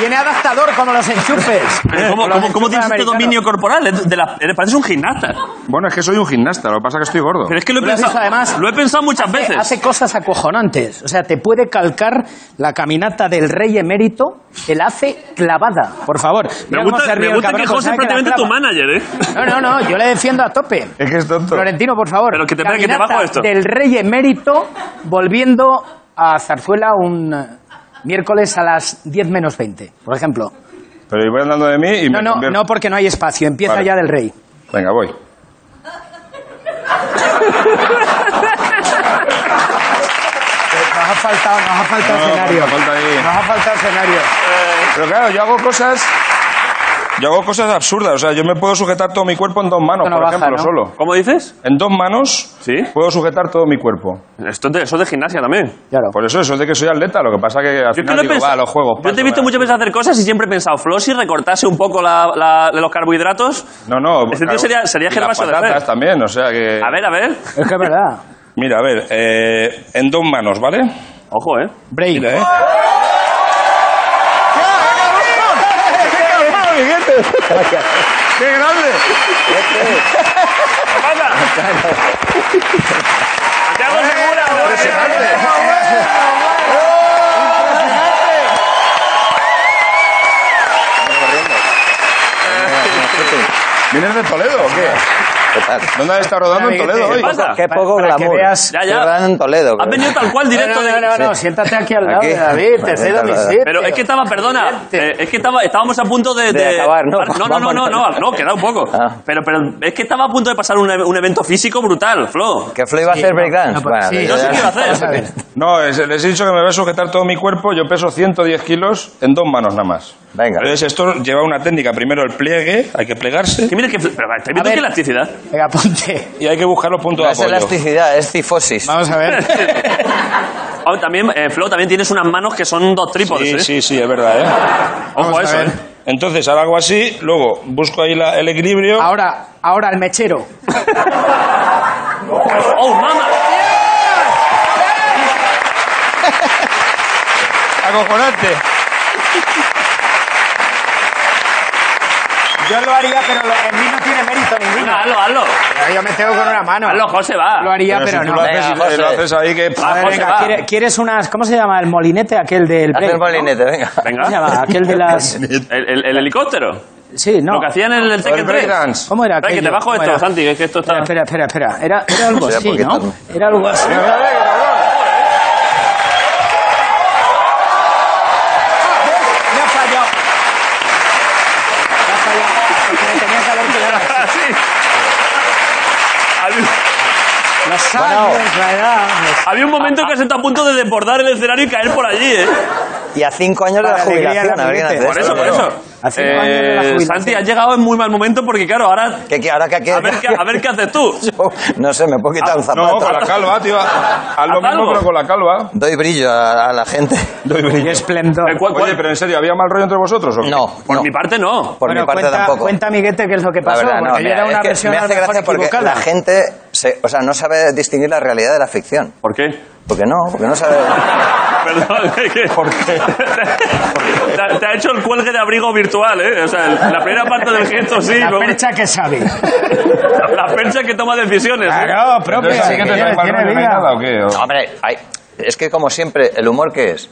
F: Tiene adaptador como los enchufes.
A: Pero ¿Cómo,
F: Como los
A: cómo, cómo
F: enchufes
A: tienes este
F: americanos.
A: dominio corporal? Eres De la, eres- pareces un gimnasta.
E: Bueno, es que soy un gimnasta, lo que pasa es que estoy gordo.
A: Pero es que lo he
F: Lo has
A: pensado.
F: dicho, además.
A: lo he pensado muchas
F: Hace-
A: veces.
F: Hace cosas acojonantes. O sea, te puede calcar la caminata del rey emérito, te la hace clavada, por favor.
A: me
F: Mira cómo
A: gusta,
F: se ríe
A: me
F: el
A: gusta
F: cabrón,
A: que
F: pues
A: José es
F: sabe la
A: prácticamente tu
F: clava.
A: manager, ¿eh?
F: No, no, no, yo le defiendo a tope.
E: Es que es tonto.
F: Florentino, por favor.
A: Pero que te espera, que te
F: Caminata
A: bajo esto.
F: Del rey emérito volviendo a Zarzuela un eh, miércoles a las 10 menos 20, por ejemplo.
E: Pero voy andando de mí y
F: No,
E: me
F: no,
E: convierto-
F: no porque no hay espacio, empieza
E: Vale.
F: ya del rey.
E: Venga, voy.
F: Nos ha faltado, nos ha faltado
E: No,
F: escenario.
E: falta ahí.
F: Nos ha faltado escenario.
E: Pero claro, yo hago cosas... Yo hago cosas absurdas. O sea, yo me puedo sujetar todo mi cuerpo en dos manos,
F: Esto no
E: por
F: baja,
E: ejemplo,
F: ¿no?
E: solo.
A: ¿Cómo dices?
E: En dos manos
A: ¿Sí?
E: puedo sujetar todo mi cuerpo.
A: Esto es de, eso es de gimnasia también.
F: Claro.
E: Por eso, eso es de que soy atleta. Lo que pasa que al
A: Yo es que
E: final
A: no he
E: digo,
A: pensado-
E: va, los juegos.
A: Yo te he
E: paso, ¿eh?".
A: visto
E: va.
A: muchas veces hacer cosas y siempre he pensado, Flo, si recortase un poco la, la- los carbohidratos.
E: No, no.
A: Este tío
E: cago-
A: sería- sería
E: y
A: Gervasio
E: las
A: de
E: patatas
A: Fer.
E: también, o sea que...
A: A ver, a ver.
F: Es que es verdad.
E: Mira, a ver, eh, en dos manos, ¿vale?
A: Ojo, ¿eh?
F: Break.
E: Mira, ¿eh? ¡Qué grande!
A: Santiago Segura,
E: Venga, ¿Vienes de Toledo o qué?
G: Total.
E: ¿Dónde has estado rodando en
F: Amiguete,
E: Toledo
A: ¿Qué
E: hoy?
A: pasa?
H: Qué poco
F: Para- para que
H: glamour.
F: veas-
A: Ya, ya.
H: Te lo dan en Toledo.
A: Has
H: creo.
A: venido tal cual directo
F: No, no,
A: de...
F: no, no, siéntate aquí al lado
H: Aquí.
F: de David, te
H: Vale,
F: cedo
H: vale,
F: mi
H: vale.
F: sitio.
A: Pero es que estaba, perdona, eh, es que estaba, estábamos a punto de... Ah,
H: De acabar, ¿no?
A: No, no, no, no, no, no, queda un poco.
H: Ah.
A: Pero, pero es que estaba a punto de pasar un, e- un evento físico brutal, Flo.
H: Que Flo iba a hacer breakdance.
F: no, pero
H: Bueno,
F: sí.
H: yo
A: Yo sé
H: ya-
A: qué iba a hacer.
E: No, es- les he dicho que me va a sujetar todo mi cuerpo. Yo peso 110 kilos en dos manos nada más.
H: Venga.
E: Entonces esto lleva una técnica. Primero el pliegue, hay que plegarse
A: Que mira que... Pero, ¿estáis viendo
F: ver.
A: qué elasticidad?
F: Venga, ponte.
E: y hay que buscar los puntos
H: No
E: de
H: es
E: apoyo.
H: elasticidad, es cifosis.
F: Vamos a ver.
A: Ah, también, eh, Flo, también tienes unas manos que son dos trípodes,
E: Sí,
A: ¿eh?
E: sí, sí, es verdad, ¿eh?
A: Ojo a eso, ¿eh?
E: Entonces ahora hago así, luego busco ahí la- el equilibrio.
F: Ahora, ahora el mechero.
A: ¡Oh, mamá!
E: ¡Acojonante!
F: Yo lo haría, pero lo- en mí no tiene mérito ninguno.
A: Venga, hazlo, hazlo.
F: Pero yo me tengo con una mano.
A: Hazlo, José, va.
F: Lo haría, pero,
E: si tú
F: no.
E: lo
H: Venga,
E: haces,
H: José.
E: lo haces ahí que...
A: Ah,
F: A ver,
A: José,
F: venga,
A: va.
F: ¿quiere- ¿quieres unas... ¿Cómo se llama? El molinete aquel del
H: Haz el
F: break,
H: molinete, venga.
A: Venga.
F: ¿Cómo se llama? Aquel de las...
A: El, el- el helicóptero.
F: Sí, no.
A: Lo que hacían en el Tekken 3.
E: breakdance.
F: ¿Cómo era
A: Espera, que
F: aquello?
A: te bajo
F: ¿Cómo
A: esto,
F: era?
A: Santi, que es que esto está...
F: Espera, espera, espera. Era, era algo
H: Será
F: así,
H: poquito,
F: ¿no?
H: ¿no?
F: Era algo así. Me ha fallado. Me ha fallado. Porque tenía que haber quedado así.
A: Ah, sí. Había,
F: Los años, la edad.
A: había un momento que se está a punto de desbordar el escenario y caer por allí, ¿eh?
H: Y a cinco años de la
F: Para la alegría de
H: jubilación.
F: la
H: a ver quién
F: juventud.
H: hace
A: Por eso, por eso.
F: A cinco años de la
A: Eh,
F: jubilación.
A: Santi, has llegado en muy mal momento porque, claro, ahora...
H: ¿Qué- qué- ahora que
A: A ver qué, a ver qué haces tú.
H: No sé, me puedo quitar un
E: No,
H: zapato.
E: con la calva, tío. Haz lo
A: ¿Haz algo?
E: mismo, pero con la calva.
H: Doy brillo a, a la gente.
E: Doy brillo.
F: Qué esplendor.
A: Eh, ¿cuál- cuál-
E: Oye, pero en serio, ¿había mal rollo entre vosotros o qué?
H: No,
A: Por
H: no,
A: mi parte, no.
H: por
F: Bueno,
H: mi parte
F: cuenta,
H: tampoco.
F: Cuenta, amiguete, qué es lo que
H: La
F: pasó.
H: verdad, no,
F: porque yo
H: mira,
F: era
H: es
F: una
H: que
F: versión
H: me
F: a lo
H: hace
F: mejor
H: gracia porque
F: equivocada.
H: la gente se- o sea, no sabe distinguir la realidad de la ficción.
A: ¿Por qué?
H: Porque no, porque no sabe.
A: Perdón, es que-
H: ¿Por qué?
A: Te, ha- te ha hecho el cuelgue de abrigo virtual, ¿eh? O sea, el- la primera parte del gesto sí.
F: La
A: luego-
F: percha que sabe.
A: la percha que toma decisiones. ¿eh?
F: Claro, propio.
E: Entonces, ¿así que no hay mal
F: Tiene
E: rollo, no hay
F: vida.
E: nada o qué?
H: No,
E: O-
H: hombre, ay, es que como siempre, ¿el humor qué es?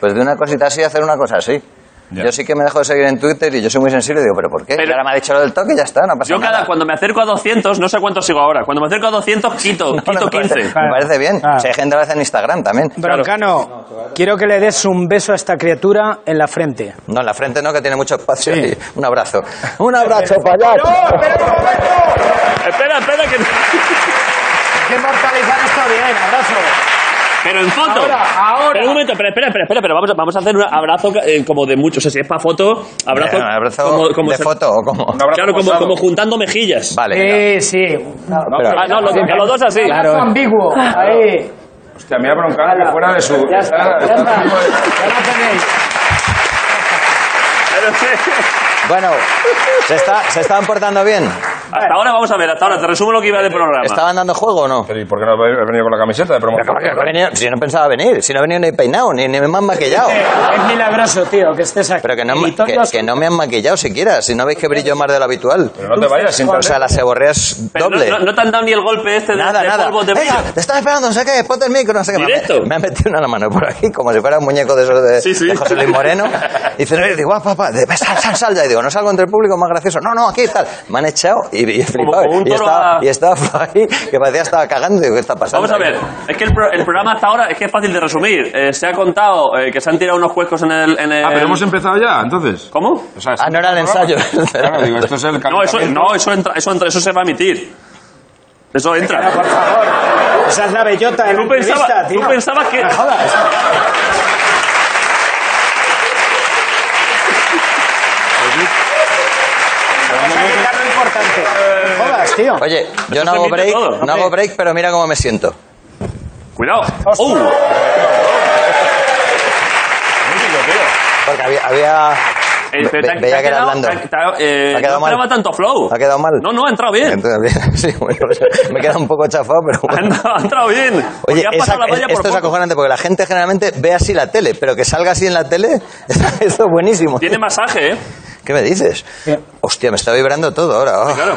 H: Pues de una cosita así hacer una cosa así.
E: Ya.
H: Yo sí que me dejo de seguir en Twitter y yo soy muy sensible y digo, ¿pero por qué?
A: Pero-
H: y ahora me ha dicho lo del toque y ya está, no pasa
A: Yo
H: nada.
A: cada cuando me acerco a 200, no sé cuánto sigo ahora. Cuando me acerco a 200, quito,
H: No,
A: quito
H: no, me parece-
A: 15.
H: Me parece bien.
F: Ah.
H: Si hay gente que lo hace en Instagram también.
F: Broncano, quiero que le des un beso a esta criatura en la frente.
H: No, en la frente no, que tiene mucho espacio. ahí. un abrazo. Un abrazo, payacho.
A: Espera, espera que
F: Hay que mortalizar esto bien, abrazo.
A: pero en foto.
F: Ahora, ahora.
A: Pero un momento, pero espera, espera, espera, pero vamos a, vamos a hacer un abrazo eh, como de muchos, o sea, si es para foto, abrazo,
H: Eh, un abrazo
A: como, como
H: de
A: se-
H: foto o como...
E: Un abrazo
A: Claro, como,
E: posado.
A: como juntando mejillas.
H: Vale. venga.
F: Sí, sí.
H: Espera.
A: Ah, no, lo- a los dos así.
F: Abrazo ambiguo. Ahí.
E: Hostia, mira broncano que fuera de su...
F: Ya está,
E: está-
F: ya
E: está-
F: está. Ya lo tenéis.
A: Pero sí.
H: Bueno, ¿se, está, ¿se estaban portando bien?
A: Hasta ahora vamos a ver, hasta ahora te resumo lo que iba de programa.
H: ¿Estaban dando juego o no?
E: Pero, ¿y por qué no he venido con la camiseta de promoción?
H: He venido- si no pensaba venir, si no he venido ni peinado, ni, ni me han maquillado.
F: Es milagroso, tío, que estés aquí.
H: Pero que no, me- que,
F: Editorios-
H: que no me han maquillado siquiera, si no veis que brillo más de lo habitual.
E: Pero no te vayas sin
H: O sea, la seborrea es
A: Pero no,
H: doble.
A: no- no te han dado ni el golpe este de,
H: Nada,
A: de
H: nada.
A: polvo de brillo.
H: Venga, te estaba esperando, no sé qué, ponte el micro, no sé qué. Me ha-
A: Directo.
H: Me ha metido una mano por aquí, como si fuera un muñeco de esos de,
A: Sí, sí.
H: de José Luis Moreno. Y dice, no, y digo, ah, papá, de- sal, sal, sal ya. Y digo, no salgo entre el público, más gracioso. No, no, aquí tal. Me han echado y, y he flipado.
A: como un
H: y,
A: toro
H: estaba,
A: a-
H: y estaba ahí, que parecía que estaba cagando. Digo, ¿qué está pasando?
A: Vamos a ver,
H: aquí?
A: es que el, pro- el programa hasta ahora es que es fácil de resumir. Eh, se ha contado eh, que se han tirado unos cuescos en el... en el-
E: Ah, pero hemos
F: em-
E: empezado ya, entonces.
A: ¿Cómo?
E: O sea,
H: Ah, no era el ensayo.
E: Claro, digo, esto es el
A: No, eso,
E: calentamiento.
A: no eso, entra, eso, entra, eso se va a emitir. Eso
F: No,
A: entra.
F: por favor. Esa es la bellota de la
A: Tú pensabas,
F: entrevista, tío.
A: tú pensabas que...
F: No jodas. Vamos a quitar lo importante. No jodas, tío.
H: Oye, yo no
A: se
H: hago
A: emite
H: break,
A: todo.
H: no hago break, pero mira cómo me siento.
A: Cuidado. ¡Uh!
H: Porque había... había-
A: Eh, pero
H: ve-
A: te ha- te
H: veía
A: ha
H: que era
A: quedado-
H: blando.
A: te ha- te ha- eh,
H: Ha
A: no
H: quedado mal.
A: esperaba tanto flow.
H: Ha quedado mal.
A: No, no, ha entrado bien.
H: Entonces, sí, bueno, me queda un poco chafado, pero
A: Ha
H: bueno.
A: entrado, ha entrado bien.
H: Oye,
A: Porque has
H: esa-
A: pasado la
H: es-
A: valla por
H: esto es
A: poco.
H: acojonante porque la gente generalmente ve así la tele, pero que salga así en la tele, esto es buenísimo.
A: Tiene masaje, ¿eh?
H: ¿Qué me dices? Hostia, me está vibrando todo ahora. oh.
A: Claro.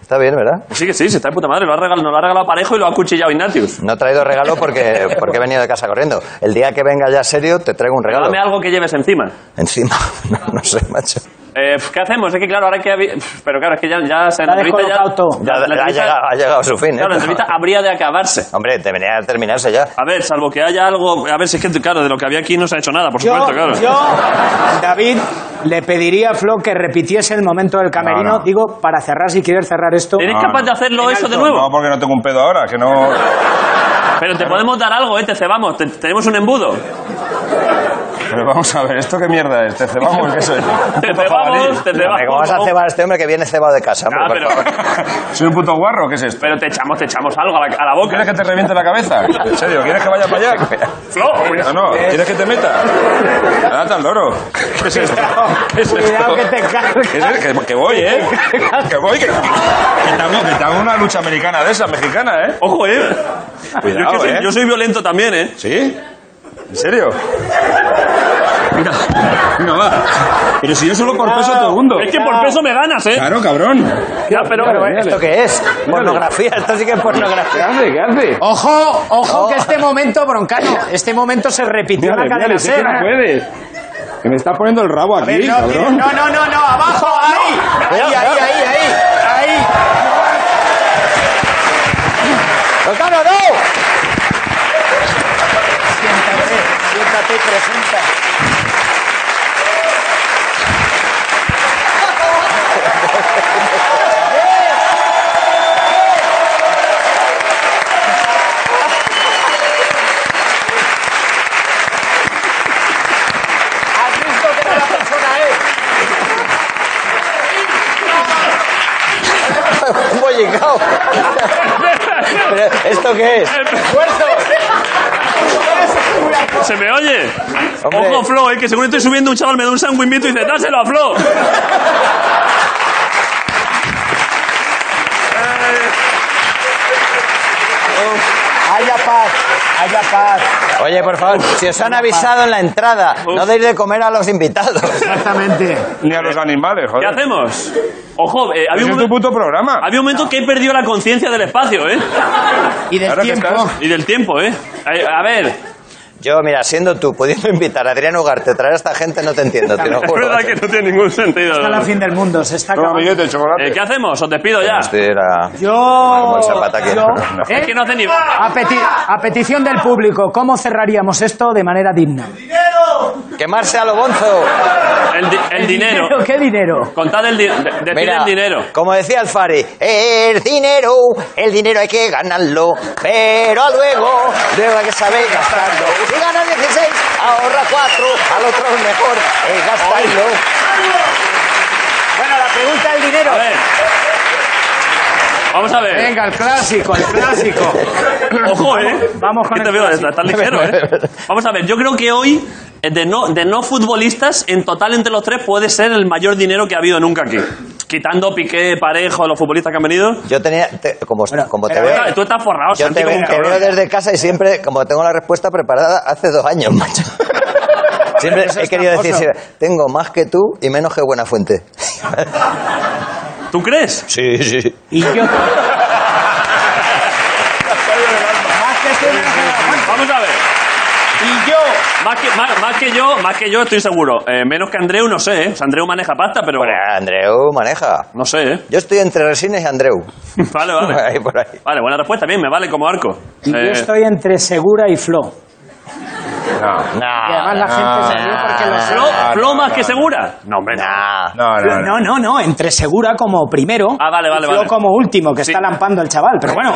H: Está bien, ¿verdad?
A: Sí que sí, se está de puta madre. Lo ha regalado, nos lo ha regalado Parejo y lo ha cuchillado Ignatius.
H: No he traído regalo porque, porque he venido de casa corriendo. El día que venga ya serio, te traigo un regalo.
A: Dame algo que lleves encima.
H: Encima, no, no sé, macho.
A: Eh, pf, ¿Qué hacemos? Es que claro, ahora que... habi- pf, Pero claro, es que ya, ya se...
F: Te ha
A: la entrevista
F: descolocado todo.
A: la- la
H: Ya ha,
A: entrevista-
H: llegado, ha llegado a su fin, ¿eh?
A: Claro, la entrevista habría de acabarse.
H: Hombre, debería terminarse ya.
A: A ver, salvo que haya algo... A ver, si es que, claro, de lo que había aquí no se ha hecho nada, por
F: Yo,
A: supuesto, claro.
F: yo, David, le pediría a Flo que repitiese el momento del camerino,
E: No, no.
F: digo, para cerrar, si quieres cerrar esto.
A: ¿Eres
E: No,
A: capaz
E: no.
A: de hacerlo
F: En
A: eso de
F: alto,
A: nuevo?
E: No, porque no tengo un pedo ahora, que no.
A: Pero te podemos dar algo, ¿eh? Te cebamos. Te- tenemos un embudo.
E: Pero vamos a ver, ¿esto qué mierda es? ¿Te cebamos? ¿Qué soy?
A: Te
E: ¿Un puto jabalí?
A: cebamos, te cebamos.
H: Hombre, ¿Cómo vas a cebar a este hombre que viene cebado de casa?
A: Ah,
H: hombre,
A: pero,
H: por favor?
E: ¿Soy un puto guarro? ¿Qué es esto?
A: pero te echamos, te echamos algo a la, a la
E: ¿Tú quieres
A: boca.
E: que te reviente la cabeza? ¿En serio? ¿Quieres que vaya para allá?
A: Flo,
E: No, no, ¿quieres que te meta? Nada tan loro. ¿Qué es esto? ¿Qué es
F: Cuidado
E: esto?
F: que te cargas.
E: ¿Qué es esto? Que, que voy, ¿eh? Que voy, que, que, te hago, que te hago una lucha americana de esas, mexicana, ¿eh?
A: ojo, ¿eh? yo, es
E: Cuidado,
A: que soy,
E: ¿eh?
A: yo soy violento también, ¿eh?
E: ¿Sí? ¿En serio? Venga, venga, va. Pero si yo solo por peso te hundo.
A: Es que por peso me ganas, ¿eh?
E: Claro, eh. cabrón.
A: Ya, pero, eh,
H: ¿Esto qué es? Pornografía, esto sí que es pornografía.
E: hace? ¿Qué hace?
F: Ojo, ojo,
H: Oh.
F: que este momento, broncano, este momento se repitió en la cadena SER.
E: puedes. Que me estás poniendo el rabo
F: A ver,
E: aquí,
F: no,
E: cabrón.
F: no, no, no, no, abajo, ahí,
H: Cuidado,
F: ahí, ahí,
H: cuidado.
F: ahí, ahí, ahí.
H: ¡Locano, no! Siéntate, siéntate y presenta. ¿Has visto qué mala persona es? Un bollicao. Pero, ¿Esto qué es? ¡Esfuerzo!
A: ¿Se me oye?
H: Hombre.
A: Ojo, Flo, ¿eh? Que según estoy subiendo un chaval me da un sándwich invito y dice, dáselo a Flo.
F: Haya paz, haya paz.
H: Oye, por favor, si os han avisado en la entrada, no deis de comer a los invitados.
F: Exactamente.
E: Ni a los animales,
A: ¿Qué
E: joder.
A: hacemos? Ojo, eh, había,
E: Ese
A: un
E: es tu
A: momento,
E: puto programa.
A: había un momento que he perdido la conciencia del espacio, ¿eh?
F: Y del
E: Ahora que
F: tiempo.
E: estás-
A: Y del tiempo, ¿eh? A, a ver,
H: Yo, mira, siendo tú, pudiendo invitar a Adrián Ugarte, traer a esta gente, no te entiendo, te lo
A: es
H: juro.
A: verdad que no tiene ningún sentido.
F: Está la fin del mundo, se está
E: Toma,
F: acabando.
E: amiguete, el chocolate.
A: Eh, ¿Qué hacemos? Os despido ya.
H: Este era-
F: Yo,
H: el zapata que-
F: yo,
H: No.
F: ¿eh?
A: Es que no hace ni...
F: a, peti- a petición del público, ¿cómo cerraríamos esto de manera digna?
H: ¡Quemarse a lo bonzo!
A: El, di- el dinero.
F: ¿Qué dinero?
A: Contad el, di- de- decid el dinero.
H: como decía el Fari, el dinero, el dinero hay que ganarlo, pero luego, luego hay que saber gastarlo. Si ganas 16, ahorra 4, al otro es mejor es gastarlo.
F: Bueno, la pregunta del dinero.
A: A ver. Vamos a ver.
F: Venga, el clásico, el clásico.
A: Ojo, ¿eh?
F: Vamos con
A: ¿Qué te
F: el
A: veo?
F: clásico.
A: Estás ligero, ¿eh? Vamos a ver, yo creo que hoy, eh, de no, de no futbolistas, en total entre los tres puede ser el mayor dinero que ha habido nunca aquí. Quitando Piqué, Parejo, los futbolistas que han venido.
H: Yo tenía, te- como, como te
F: pero
H: veo,
A: Claro, Tú estás forrado,
H: yo
A: Santi,
H: te,
A: como
H: ve-
A: un
H: te
A: cabrón.
H: veo desde casa y siempre, como tengo la respuesta preparada, hace dos años, macho. Siempre
F: eso
H: he
F: es
H: querido decir,
F: tramposo.
H: siempre, tengo más que tú y menos que buena fuente.
A: ¿Tú crees?
H: Sí, sí.
F: Y yo. Más que tú, menos que la Juan.
A: Vamos a ver.
F: Y yo.
A: Más que, más, más que yo, más que yo estoy seguro. Eh, menos que Andreu, no sé, ¿eh? O sea, Andreu maneja pasta, pero...
H: Andreu maneja.
A: No sé, ¿eh?
H: Yo estoy entre Resines y Andreu.
A: Vale, vale.
H: Por ahí, por ahí.
A: Vale, buena respuesta, bien, me vale como arco.
F: Y yo
A: Eh,
F: estoy entre Segura y Flo.
E: No,
F: Y además la gente se rió porque lo
A: ¿Flo,
H: Ah,
A: Flo más que segura? No, hombre.
H: Nah.
E: no, no. no.
F: No, no, no, entre Segura como primero.
A: Ah, vale, vale,
F: y Flo
A: vale.
F: como último, que
A: Sí.
F: está lampando el chaval, pero bueno.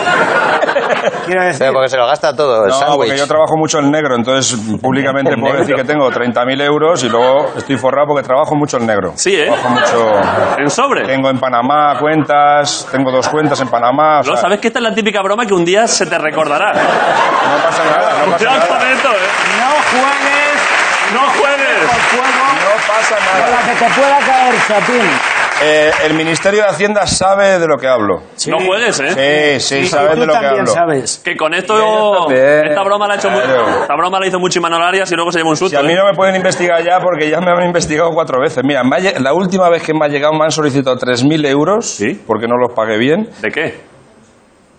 F: Quiero decir.
H: Pero porque se lo gasta todo, el
E: No,
H: sándwich.
E: porque yo trabajo mucho el negro, entonces públicamente puedo decir que tengo 30.000 euros y luego estoy forrado porque trabajo mucho el negro.
A: Sí, ¿eh?
E: Trabajo mucho.
A: ¿En sobre?
E: Tengo en Panamá cuentas, tengo dos cuentas en Panamá. o
A: Flo,
E: sea,
A: ¿sabes que esta es la típica broma que un día se te recordará?
E: No pasa nada, no pasa
A: Cuidado con
E: nada.
A: esto, ¿eh?
F: No juegues
A: ¡No
F: con
A: juegues!
F: fuego
E: No pasa
F: con
E: nada.
F: la que te pueda caer, Chapín.
E: Eh, el Ministerio de Hacienda sabe de lo que hablo.
A: No juegues, ¿eh?
E: Sí, sí,
F: Y
E: sabe
F: tú
E: de lo que
F: también
E: hablo.
F: sabes.
A: Que con
E: ellos
A: esto.
E: también,
A: Esta broma la ha hecho mu-
E: claro.
A: Esta broma la hizo mucho Imanol Arias y luego se llevó un
E: Si
A: susto.
E: a mí
A: ¿eh?
E: no me pueden investigar ya porque ya me han investigado cuatro veces. Mira, me ha lle- la última vez que me ha llegado me han solicitado 3.000 euros
A: ¿Sí?
E: porque no los pagué bien.
A: ¿De qué?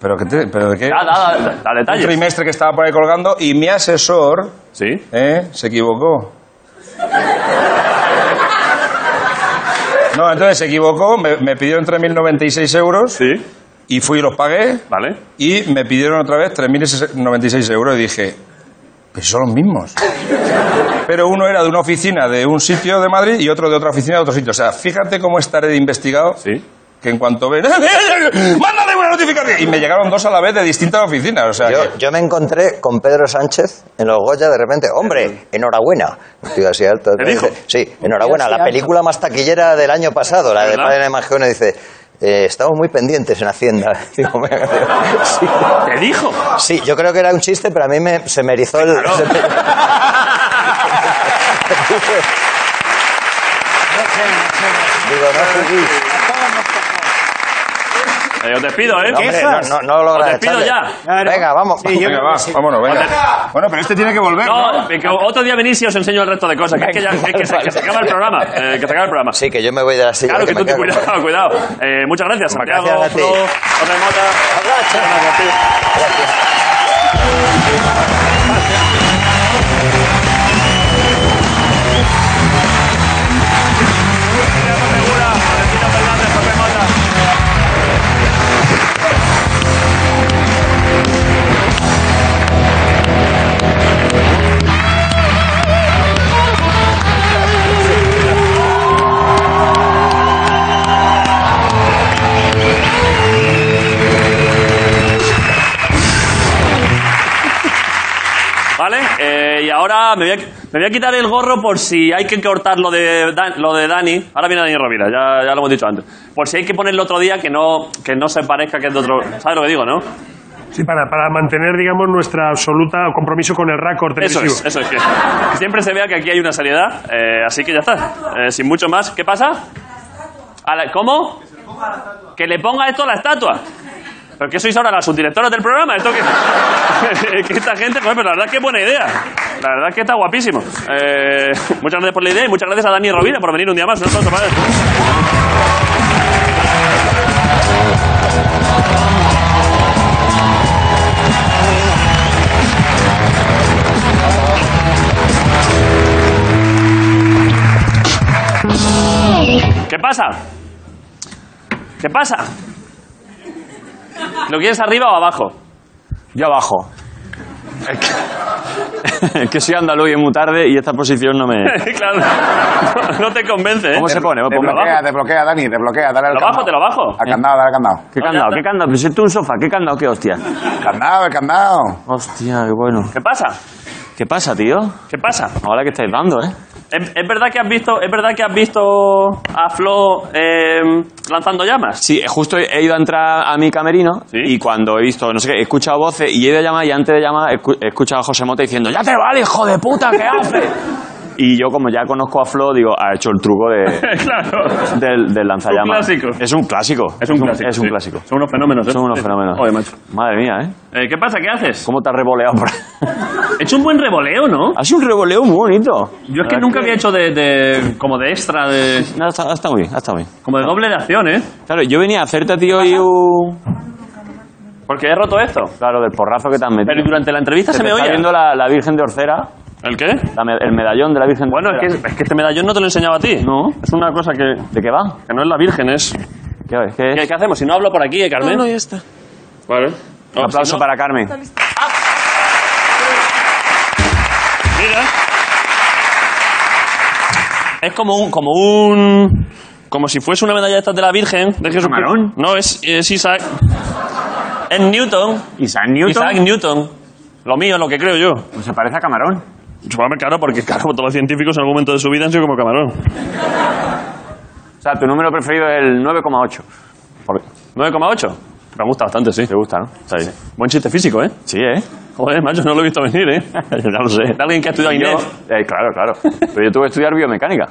E: ¿Pero, que te- pero de qué?
A: Da, da, da, da
E: Un
A: detalles.
E: trimestre que estaba por ahí colgando y mi asesor
A: ¿Sí?
E: ¿eh? se equivocó. No, entonces se equivocó, me, me pidieron 3.096 euros
A: Sí.
E: y fui y los pagué
A: Vale.
E: y me pidieron otra vez 3.096 euros y dije, pues son los mismos. Pero uno era de una oficina de un sitio de Madrid y otro de otra oficina de otro sitio. O sea, fíjate cómo estaré de investigado
A: Sí.
E: que en cuanto ven, ¡mándale una notificación! Y me llegaron dos a la vez de distintas oficinas. O sea,
H: Yo,
E: que-
H: yo me encontré con Pedro Sánchez en los Goya de repente. Hombre, enhorabuena. Un tío así alto.
A: ¿Te dijo?
H: Sí, enhorabuena. La película más taquillera del año pasado, la de
A: ¿Verdad?
H: Padre de Magione, dice... eh, estamos muy pendientes en Hacienda. Digo, me- sí.
A: Te dijo.
H: Sí, yo creo que era un chiste, pero a mí me, se me erizó el... se me- Digo, no, sí, sí.
A: Eh, os despido, ¿eh?
H: No, hombre, no, no, no lo
A: Os
H: logras,
A: despido
H: Charlie.
A: ya.
F: Claro.
H: Venga, vamos.
F: Sí, yo
E: Venga,
F: creo
E: va,
F: que sí.
E: vámonos, venga.
A: Vale.
E: Bueno, pero este tiene que volver, ¿no?
A: No, eh, que otro día venís y os enseño el resto de cosas. Que es que, ya, que, es que se, que se acaba el programa. eh, que se acaba el programa.
H: Sí, que yo me voy de la silla.
A: Claro que
H: me
A: tú te
H: quedo con-
A: cuidado, cuidado. Eh, muchas gracias, Santiago.
H: Gracias a ti.
A: Flo, Jorge Mota.
H: Gracias.
A: Gracias a ti. Santiago Segura, Valentina Fernández, Jorge Mota. ¿Vale? Eh, y ahora me voy, a, me voy a quitar el gorro por si hay que cortar lo de, Dan- lo de Dani. Ahora viene Dani Rovira, ya, ya lo hemos dicho antes. Por si hay que ponerlo otro día que no, que no se parezca que es de otro... ¿Sabes lo que digo, no?
C: Sí, para, para mantener, digamos, nuestra absoluta compromiso con el récord
A: Eso
C: televisivo.
A: es, eso es. Que que siempre se vea que aquí hay una seriedad, eh, así que ya está. Eh, sin mucho más. ¿Qué pasa? A la- ¿Cómo? Que le ponga esto a la estatua. ¿Pero qué sois ahora las subdirectoras del programa? Esto que, que esta gente, joder, pero la verdad es que es buena idea. La verdad es que está guapísimo. Eh, muchas gracias por la idea y muchas gracias a Dani Rovira por venir un día más. Un aplauso para él. ¿Qué pasa? ¿Qué pasa? ¿Lo quieres arriba o abajo?
I: Yo abajo. Es que soy andaluz y es muy tarde y esta posición no me...
A: claro. No te convence, ¿eh?
I: ¿Cómo se pone?
D: Te
I: Ponme
D: bloquea,
I: abajo.
D: te bloquea, Dani, te bloquea. Dale al
A: Te lo bajo,
D: candado.
A: te lo bajo.
D: Al candado, dale al candado.
I: ¿Qué
A: No, ya
I: candado?
A: está.
I: ¿Qué candado? Pero si tú pues un sofá, ¿qué candado? ¿Qué hostia?
D: Candado, el candado.
E: Oh,
I: Hostia, qué bueno.
A: ¿Qué pasa?
I: ¿Qué pasa, tío?
A: ¿Qué pasa?
I: Ahora que estáis dando, ¿eh?
A: ¿Es, es verdad que has visto, es verdad que has visto a Flo eh, lanzando llamas?
I: Sí, justo he ido a entrar a mi camerino
A: ¿Sí?
I: y cuando he visto, no sé qué, he escuchado voces y he ido a llamar y antes de llamar he escu- he escuchado a José Mota diciendo ¡Ya te vale, hijo de puta! ¿Qué haces? Y yo, como ya conozco a Flo, digo, ha hecho el truco de,
A: claro.
I: del, del lanzallamas.
A: Un clásico.
I: Es un clásico.
A: Es un clásico.
I: Es un
A: sí.
I: clásico.
A: Son unos fenómenos, ¿eh?
I: Son unos
A: Sí.
I: fenómenos.
A: Oye, macho.
I: Madre mía, ¿eh?
A: Eh, ¿Qué pasa? ¿Qué haces?
I: ¿Cómo te has revoleado Ah, por ahí?
A: He hecho un buen revoleo, ¿no?
I: Ha sido un revoleo muy bonito.
A: Yo es que nunca había hecho de, de- como de extra, de,
I: No, está, está muy bien, está muy bien.
A: como de doble de acción, ¿eh?
I: Claro, yo venía a hacerte, tío, y un...
A: Porque he roto esto.
I: Claro, del porrazo que te han metido.
A: Pero durante la entrevista
I: Se
A: se
I: te
A: me
I: está
A: oía.
I: viendo la, la Virgen de Orcera,
A: ¿El qué?
I: la me- el medallón de la Virgen de
A: Bueno, es
I: Orcera.
A: que, es que este medallón no te lo enseñaba a ti.
I: No.
A: Es una cosa que, que
I: ¿De qué va?
A: no es la Virgen, es...
I: ¿Qué, qué es?
A: ¿Qué, qué hacemos? Si no hablo por aquí, ¿eh, Carmen?
I: ya está.
A: Vale.
I: Un aplauso para Carmen.
A: Mira. Es como un, como un, como si fuese una medalla de estas de la Virgen de Jesús.
I: ¿Camarón?
A: No es, es Isaac. Es Newton.
I: Isaac Newton.
A: Isaac Newton. Lo mío, lo que creo yo.
I: Pues se parece a Camarón.
A: Supongo claro, porque claro, todos los científicos en algún momento de su vida han sido como Camarón.
I: O sea, tu número preferido es el 9,8. Por-
A: 9,8. Me gusta bastante, sí.
I: Te gusta, ¿no?
A: Sí. Buen chiste físico, ¿eh?
I: Sí, ¿eh?
A: Joder, macho, no lo he visto venir, ¿eh?
I: ya lo sé.
A: De alguien que ha estudiado
I: Yo-
A: inglés.
I: eh, claro, claro. Pero yo tuve que estudiar biomecánica.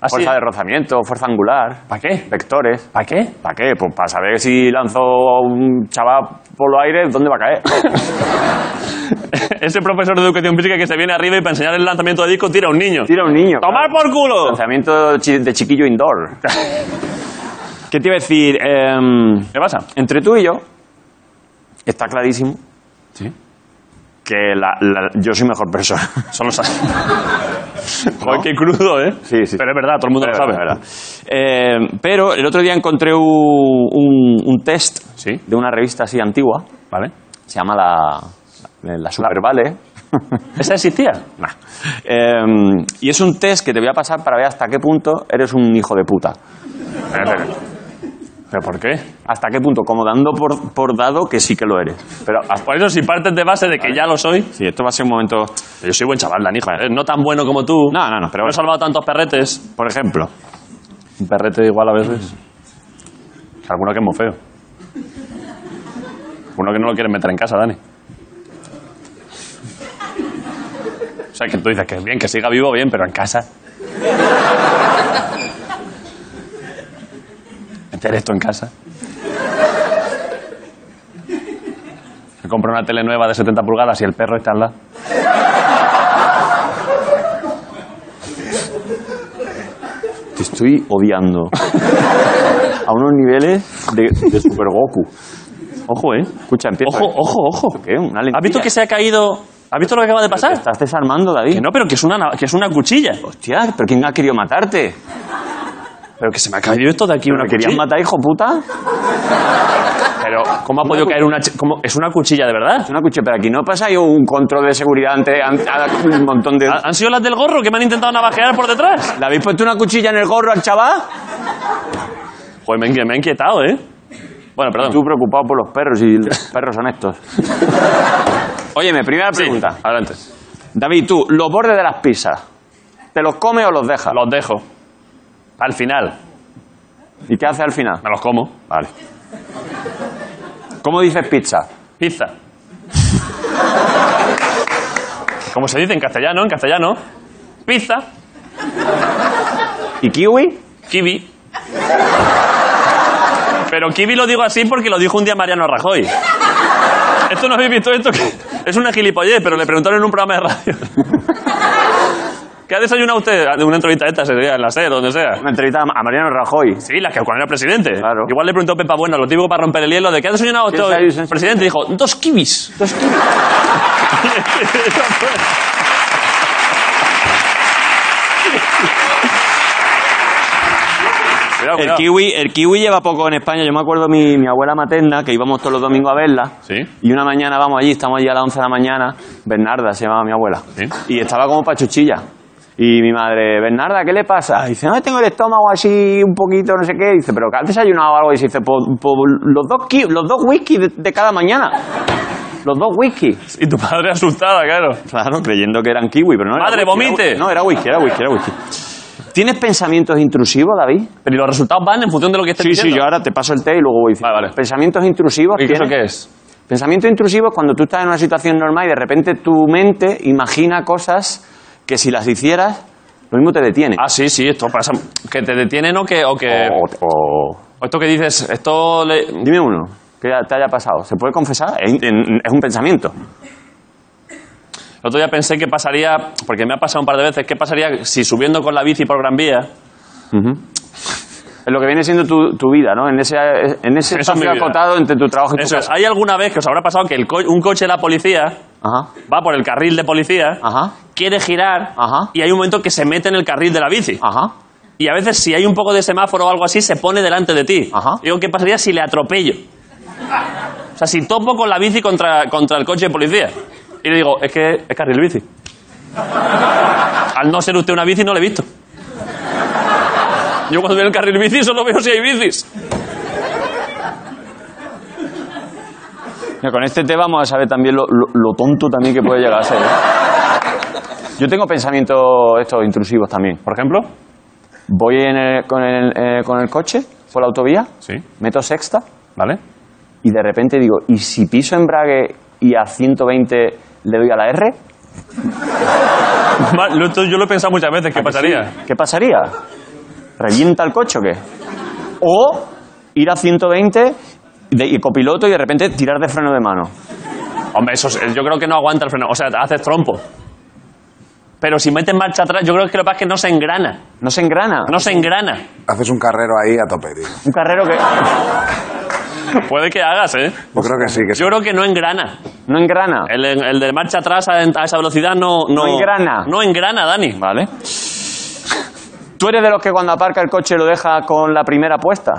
A: ¿Ah, sí?
I: Fuerza de rozamiento, fuerza angular.
A: ¿Para qué?
I: Vectores.
A: ¿Para qué?
I: ¿Para qué? Pues para saber si lanzo a un chaval por los aires, ¿dónde va a caer?
A: Ese profesor de educación física que se viene arriba y para enseñar el lanzamiento de disco tira a un niño.
I: Tira a un niño.
A: ¡Tomar
I: claro.
A: por culo!
I: Lanzamiento chi- de chiquillo indoor. ¿Qué te iba a decir? Em,
A: ¿Qué pasa?
I: entre tú y yo, está clarísimo
F: que la- la- yo soy mejor persona.
A: Son los... Joder, qué crudo, ¿eh?
F: Sí, sí.
A: Pero es verdad, todo el mundo lo
F: Es
A: sabe.
F: verdad, es verdad. Eh, pero el otro día encontré un, un- un test
A: Sí.
F: de una revista así antigua.
A: ¿Vale?
F: Se llama la, la, la Supervale.
A: ¿Esa existía?
F: Nah. Eh, y es un test que te voy a pasar para ver hasta qué punto eres un hijo de puta.
A: ¿Pero por qué?
F: Hasta qué punto, como dando por, por dado que sí que lo eres.
A: Pero ah, por eso, si partes de base de que ya lo soy...
F: Sí, esto va a ser un momento...
A: Yo soy buen chaval, Dani, joder, Eh, No tan bueno como tú.
F: No, no, no, pero
A: No he
F: bueno,
A: salvado tantos perretes.
F: por ejemplo,
A: Un perrete igual a veces. Alguno que es muy feo. Uno que no lo quiere meter en casa, Dani. O sea, que tú dices que bien, que siga vivo, bien, pero en casa. Meter esto en casa. Me compro una tele nueva de 70 pulgadas y el perro está al lado.
F: te estoy odiando a unos niveles de, de Super Goku.
A: Ojo, ¿eh?
F: Escucha, empieza.
A: Ojo, ojo, ojo.
F: ¿Qué? Una lentilla.
A: ¿Has visto que se ha caído? ¿Has visto lo que acaba de
F: Te
A: pasar?
F: estás desarmando, David.
A: Que no, pero que es una, nav- que es una cuchilla.
F: Hostia, ¿pero quién ha querido matarte?
A: Pero que se me ha caído esto de aquí una
F: ¿Me querían
A: cuchilla.
F: matar, hijo puta?
A: Pero, ¿cómo ha podido caer una... chi- cómo- ¿Es una cuchilla de verdad?
F: Es una cuchilla, pero aquí no pasa yo un control de seguridad ante, ante- a- un montón de...
A: ¿Ha- ¿Han sido las del gorro que me han intentado navajear por detrás?
F: ¿Le habéis puesto una cuchilla en el gorro al chaval?
A: Joder, me, han- me ha inquietado, ¿eh? Bueno, perdón.
F: Tú preocupado por los perros y los perros son estos. Óyeme, primera
A: Sí,
F: pregunta.
A: adelante.
F: David, tú, los bordes de las pizzas, ¿te los comes o los dejas?
A: Los dejo. Al final.
F: ¿Y qué haces al final?
A: Me los como.
F: Vale. ¿Cómo dices pizza?
A: Pizza. ¿Cómo se dice en castellano? En castellano. Pizza.
F: ¿Y kiwi?
A: Kiwi. Pero kiwi lo digo así porque lo dijo un día Mariano Rajoy. Esto no habéis visto esto. Que es una gilipollez, pero le preguntaron en un programa de radio. ¿Qué ha desayunado usted? Ah, De una entrevista de esta, sería en la sede, donde sea.
F: Una entrevista a Mariano Rajoy.
A: Sí, la que cuando era presidente.
F: Claro.
A: Igual le preguntó Pepa Bueno, lo típico para romper el hielo, ¿de qué ha desayunado usted?
F: ¿Qué
A: hoy?
F: desayuno?
A: Presidente dijo, dos kiwis. Dos kiwis. cuidado,
F: El
A: cuidado.
F: kiwi, el kiwi lleva poco en España. Yo me acuerdo mi, mi abuela materna, que íbamos todos los domingos a verla.
A: Sí.
F: Y una mañana vamos allí, estamos allí a las 11 de la mañana. Bernarda se llamaba mi abuela.
A: Sí.
F: Y estaba como pachuchilla. Y mi madre, Bernarda, ¿qué le pasa? Y dice, no, tengo el estómago así un poquito, no sé qué. Y dice, pero que has desayunado algo. Y dice, por, por los, dos ki- los dos whisky de, de cada mañana. Los dos whisky.
A: Y tu padre asustada, claro.
F: Claro, creyendo que eran kiwi, pero no. era
A: ¡Madre,
F: whisky, era
A: vomite!
F: whisky. no, era whisky, era whisky, era whisky. ¿Tienes pensamientos intrusivos, David?
A: Pero ¿y los resultados van en función de lo que estés
F: Sí, sí,
A: diciendo?
F: yo ahora te paso el té y luego voy diciendo.
A: Vale, vale.
F: Pensamientos intrusivos.
A: ¿Y eso
F: tienes?
A: qué es?
F: Pensamientos intrusivos cuando tú estás en una situación normal y de repente tu mente imagina cosas que si las hicieras, lo mismo te detiene.
A: Ah, sí, eh. sí, esto pasa. Que te detienen o que... O que
F: O- o-
A: o esto que dices, esto... le-
F: Dime uno que ya te haya pasado. ¿Se puede confesar? Es, en- es un pensamiento.
A: El otro día pensé que pasaría, porque me ha pasado un par de veces, ¿qué pasaría si subiendo con la bici por Gran Vía?
F: Es lo que viene siendo tu, tu vida, ¿no? En ese, en ese
A: Eso es mi
F: espacio
A: vida.
F: acotado entre tu trabajo y tu
A: Eso es,
F: casa.
A: ¿hay alguna vez que os habrá pasado que el co- un coche de la policía
F: Ajá,
A: va por el carril de policía,
F: Ajá.
A: quiere girar
F: Ajá.
A: y hay un momento que se mete en el carril de la bici?
F: ajá.
A: Y a veces si hay un poco de semáforo o algo así, se pone delante de ti.
F: Ajá.
A: Digo, ¿qué pasaría si le atropello? O sea, si topo con la bici contra, contra el coche de policía. Y le digo, es que es carril bici. Al no ser usted una bici, no le he visto. Yo cuando veo el carril bici solo veo si hay bicis.
F: Mira, con este tema vamos a saber también lo, lo- lo tonto también que puede llegar a ser. ¿eh? Yo tengo pensamientos estos intrusivos también.
A: Por ejemplo.
F: Voy en el- con, el, eh, con el coche por la autovía,
A: Sí.
F: meto sexta
A: ¿Vale?
F: y de repente digo, ¿y si piso embrague y a 120 le doy a la R?
A: Ma- lo- esto yo lo he pensado muchas veces, ¿qué pasaría?
F: ¿Qué pasaría? ¿Revienta el coche o qué? O ir a 120 de- y copiloto y de repente tirar de freno de mano.
A: Hombre, eso es- eh, yo creo que no aguanta el freno. O sea, haces trompo. Pero si metes marcha atrás, yo creo que lo que pasa es que no se engrana.
F: No se engrana.
A: No se engrana.
D: Haces un carrero ahí a tope, tío.
F: Un carrero que...
A: Puede que hagas, ¿eh?
D: Yo creo que sí. Que sí.
A: Yo creo que no engrana.
F: No engrana.
A: El, el de marcha atrás a, a esa velocidad no, no...
F: No engrana.
A: No engrana, Dani.
F: Vale. ¿Tú eres de los que cuando aparca el coche lo deja con la primera puesta?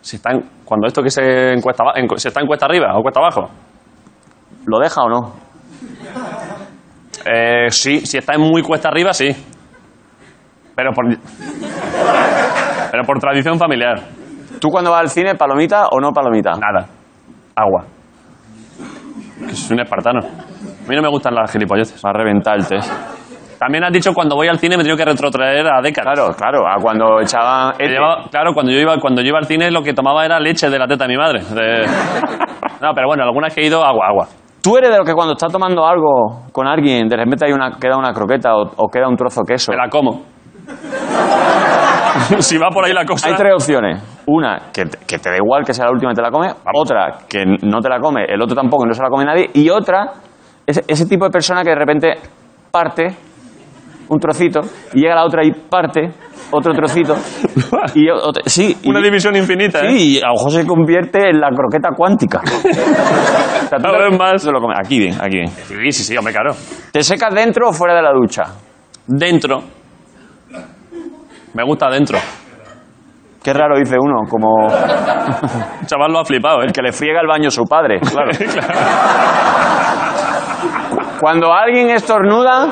A: Si está en- cuando esto que se encuesta, aba- en- se está en cuesta arriba o cuesta abajo.
F: ¿Lo deja o no?
A: Eh, sí, si está en muy cuesta arriba, sí. Pero por... Pero por tradición familiar.
F: ¿Tú cuando vas al cine, palomita o no palomita?
A: Nada. Agua. Que soy un espartano. A mí no me gustan las gilipolleces.
F: Va a reventar el test.
A: También has dicho cuando voy al cine me tengo que retrotraer a décadas.
F: Claro, claro, a cuando echaban...
A: Que llevaba- claro, cuando yo iba cuando yo iba al cine lo que tomaba era leche de la teta de mi madre. De- No, pero bueno, algunas que he ido agua, agua.
F: ¿Tú eres de los que cuando estás tomando algo con alguien, de repente hay una, queda una croqueta o, o queda un trozo de queso?
A: Me la como. si va por ahí la cosa.
F: Hay tres opciones. Una, que te, que te da igual que sea la última y te la comes. Otra, que n- no te la come. El otro tampoco, y no se la come nadie. Y otra, ese, ese tipo de persona que de repente parte un trocito y llega la otra y parte otro trocito. y o- otra- sí, y-
A: Una división infinita, ¿eh?
F: Sí, y a lo mejor se convierte en la croqueta cuántica. O sea, tú
A: Cada
F: te-
A: vez más.
F: te lo comes. Aquí bien, aquí bien.
A: Sí, sí, sí, hombre, claro.
F: ¿Te secas dentro o fuera de la ducha?
A: Dentro. Me gusta dentro.
F: Qué raro dice uno, como
A: El chaval lo ha flipado, ¿eh?
F: el que le friega el baño a su padre, claro.
A: Claro.
F: Cuando alguien estornuda,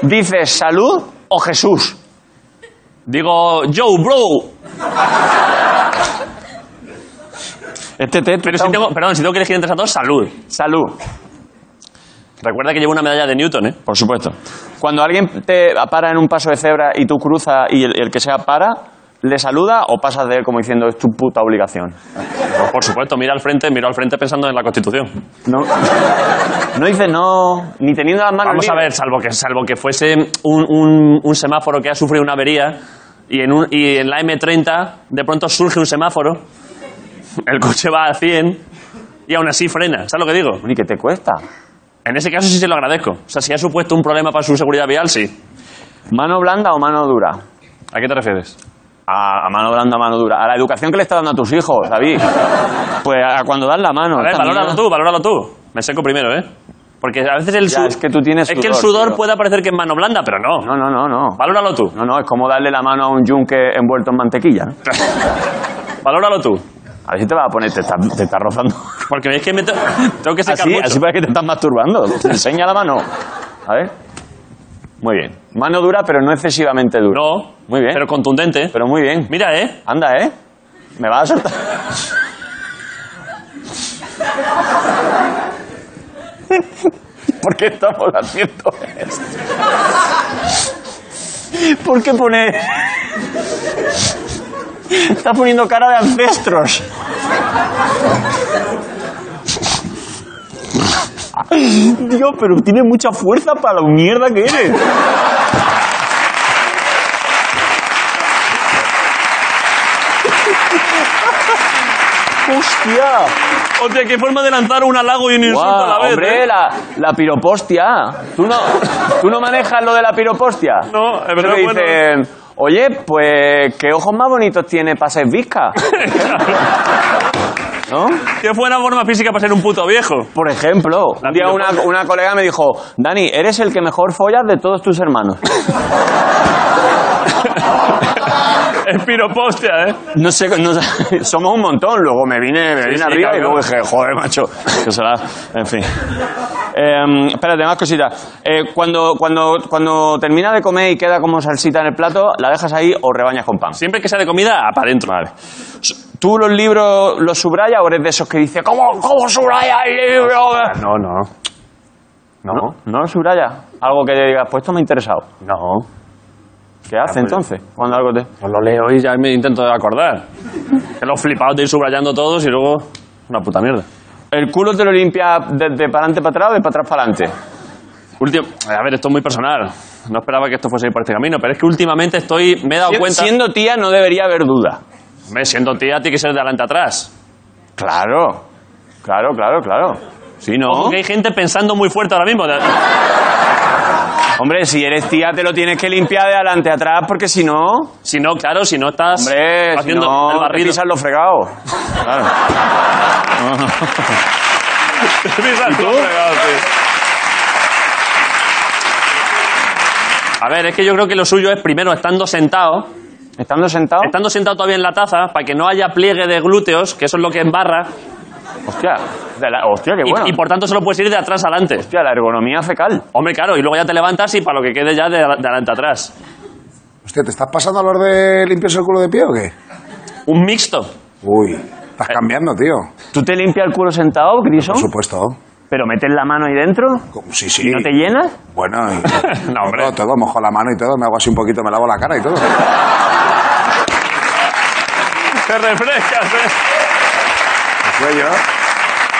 F: dices salud o Jesús.
A: Oh, Digo, yo, bro.
F: Este te
A: Pero si tengo, perdón, si tengo que elegir entre esas dos, salud.
F: salud,
A: Recuerda que llevo una medalla de Newton, ¿eh?
F: por supuesto. Cuando alguien te para en un paso de cebra y tú cruzas y el, el que sea para, ¿le saluda o pasas de él como diciendo es tu puta obligación?
A: Pues, por supuesto, mira al frente, miro al frente pensando en la Constitución.
F: No, no dices no, ni teniendo las manos.
A: Vamos a ver,
F: libres.
A: salvo que, salvo que fuese un, un- un semáforo que ha sufrido una avería y en, un- y en la M30 de pronto surge un semáforo, el coche va a 100 y aún así frena. ¿Sabes lo que digo?
F: Ni que te cuesta.
A: En ese caso sí se lo agradezco. O sea, si ha supuesto un problema para su seguridad vial, sí.
F: ¿Mano blanda o mano dura?
A: ¿A qué te refieres?
F: A, a mano blanda, mano dura. A la educación que le estás dando a tus hijos, David. Pues a cuando das la
A: A
F: mano.
A: ver,
F: esta
A: valóralo
F: mañana.
A: tú, valóralo tú. Me seco primero, ¿eh? Porque a veces el
F: Ya,
A: sudor...
F: es que tú tienes
A: Es que el
F: sudor,
A: sudor
F: tío.
A: puede parecer que es mano blanda, pero no.
F: No, no, no, no.
A: Valóralo tú.
F: No, no, es como darle la mano a un yunque envuelto en mantequilla. ¿no?
A: Valóralo tú.
F: A ver si te vas a poner, te estás te está rozando.
A: Porque es que me te- tengo que secar
F: Así,
A: mucho.
F: así parece que te estás masturbando. Te enseña la mano. A ver. Muy bien. Mano dura, pero no excesivamente dura.
A: No.
F: Muy bien.
A: Pero contundente.
F: Pero muy bien.
A: Mira, ¿eh?
F: Anda, ¿eh? Me vas a soltar. ¿Por qué estamos haciendo esto? ¿Por qué poner.? Está poniendo cara de ancestros. Dios, pero tiene mucha fuerza para la mierda que eres. ¡Hostia!
A: Hostia, qué forma de lanzar un halago y un insulto
F: Guau,
A: a la vez.
F: hombre,
A: ¿eh?
F: la, la piropostia. ¿Tú no, ¿Tú no manejas lo de la piropostia?
A: No, es
F: Eso
A: verdad,
F: que
A: bueno.
F: dicen, Oye, pues, ¿qué ojos más bonitos tiene para ser visca? ¿No?
A: Qué buena forma física para ser un puto viejo.
F: Por ejemplo,
A: La
F: un día una,
A: piropostia.
F: una colega me dijo, Dani, eres el que mejor follas de todos tus hermanos.
A: Es piropostia, ¿eh?
F: No sé, no sé, somos un montón. Luego me vine, me vine
A: sí,
F: arriba y
A: cabrón.
F: luego dije, joder, macho. que se la- En fin. Eh, espérate, más cositas. Eh, cuando, cuando, cuando termina de comer y queda como salsita en el plato, ¿la dejas ahí o rebañas con pan?
A: Siempre que sea de comida, para adentro.
F: ¿Tú los libros los subrayas o eres de esos que dice ¿cómo, cómo subraya el libro?
A: No, no.
F: No, no los subrayas. Algo que digas, pues esto me ha interesado.
A: No. Ah,
F: ¿Qué hace entonces? Cuando algo te...
A: Pues lo leo y ya me intento acordar. Que los flipados de ir subrayando todos y luego. Una puta mierda.
F: ¿El culo te lo limpia desde para adelante para atrás o de para atrás para adelante?
A: Último. A ver, esto es muy personal. No esperaba que esto fuese ir por este camino, pero es que últimamente estoy. Me he dado cuenta.
F: Siendo tía no debería haber duda.
A: Hombre, siendo tía, tiene que ser de adelante a atrás.
F: Claro, claro, claro, claro. Sí, ¿no?
A: Ojo que hay gente pensando muy fuerte ahora mismo.
F: Hombre, si eres tía te lo tienes que limpiar de adelante a atrás porque si no,
A: Si no, claro, si no estás
F: hombre, si
A: haciendo
F: no,
A: el
F: te
A: barrido.
F: pisas lo fregado. Claro.
A: A ver, es que yo creo que lo suyo es primero estando sentado,
F: Estando sentado.
A: estando sentado todavía en la taza, para que no haya pliegue de glúteos, que eso es lo que embarra,
F: Hostia. de la- hostia, qué
A: y,
F: bueno.
A: y por tanto solo puedes ir de atrás adelante.
F: Hostia, la ergonomía fecal.
A: Hombre, claro, y luego ya te levantas y para lo que quede ya de, de adelante atrás.
D: Hostia, ¿te estás pasando a los de limpiarse el culo de pie o qué?
A: Un mixto.
D: Uy,
E: Eh.
D: estás cambiando, tío.
F: ¿Tú te limpias el culo sentado, Grison?
D: Por supuesto.
F: ¿Pero metes la mano ahí dentro?
D: Como- Sí, sí.
F: ¿No te llenas?
D: Bueno, y... no, Todo, todo, mojo la mano y todo, me hago así un poquito, me lavo la cara y todo.
A: Te refrescas, ¿eh?
D: Cuello.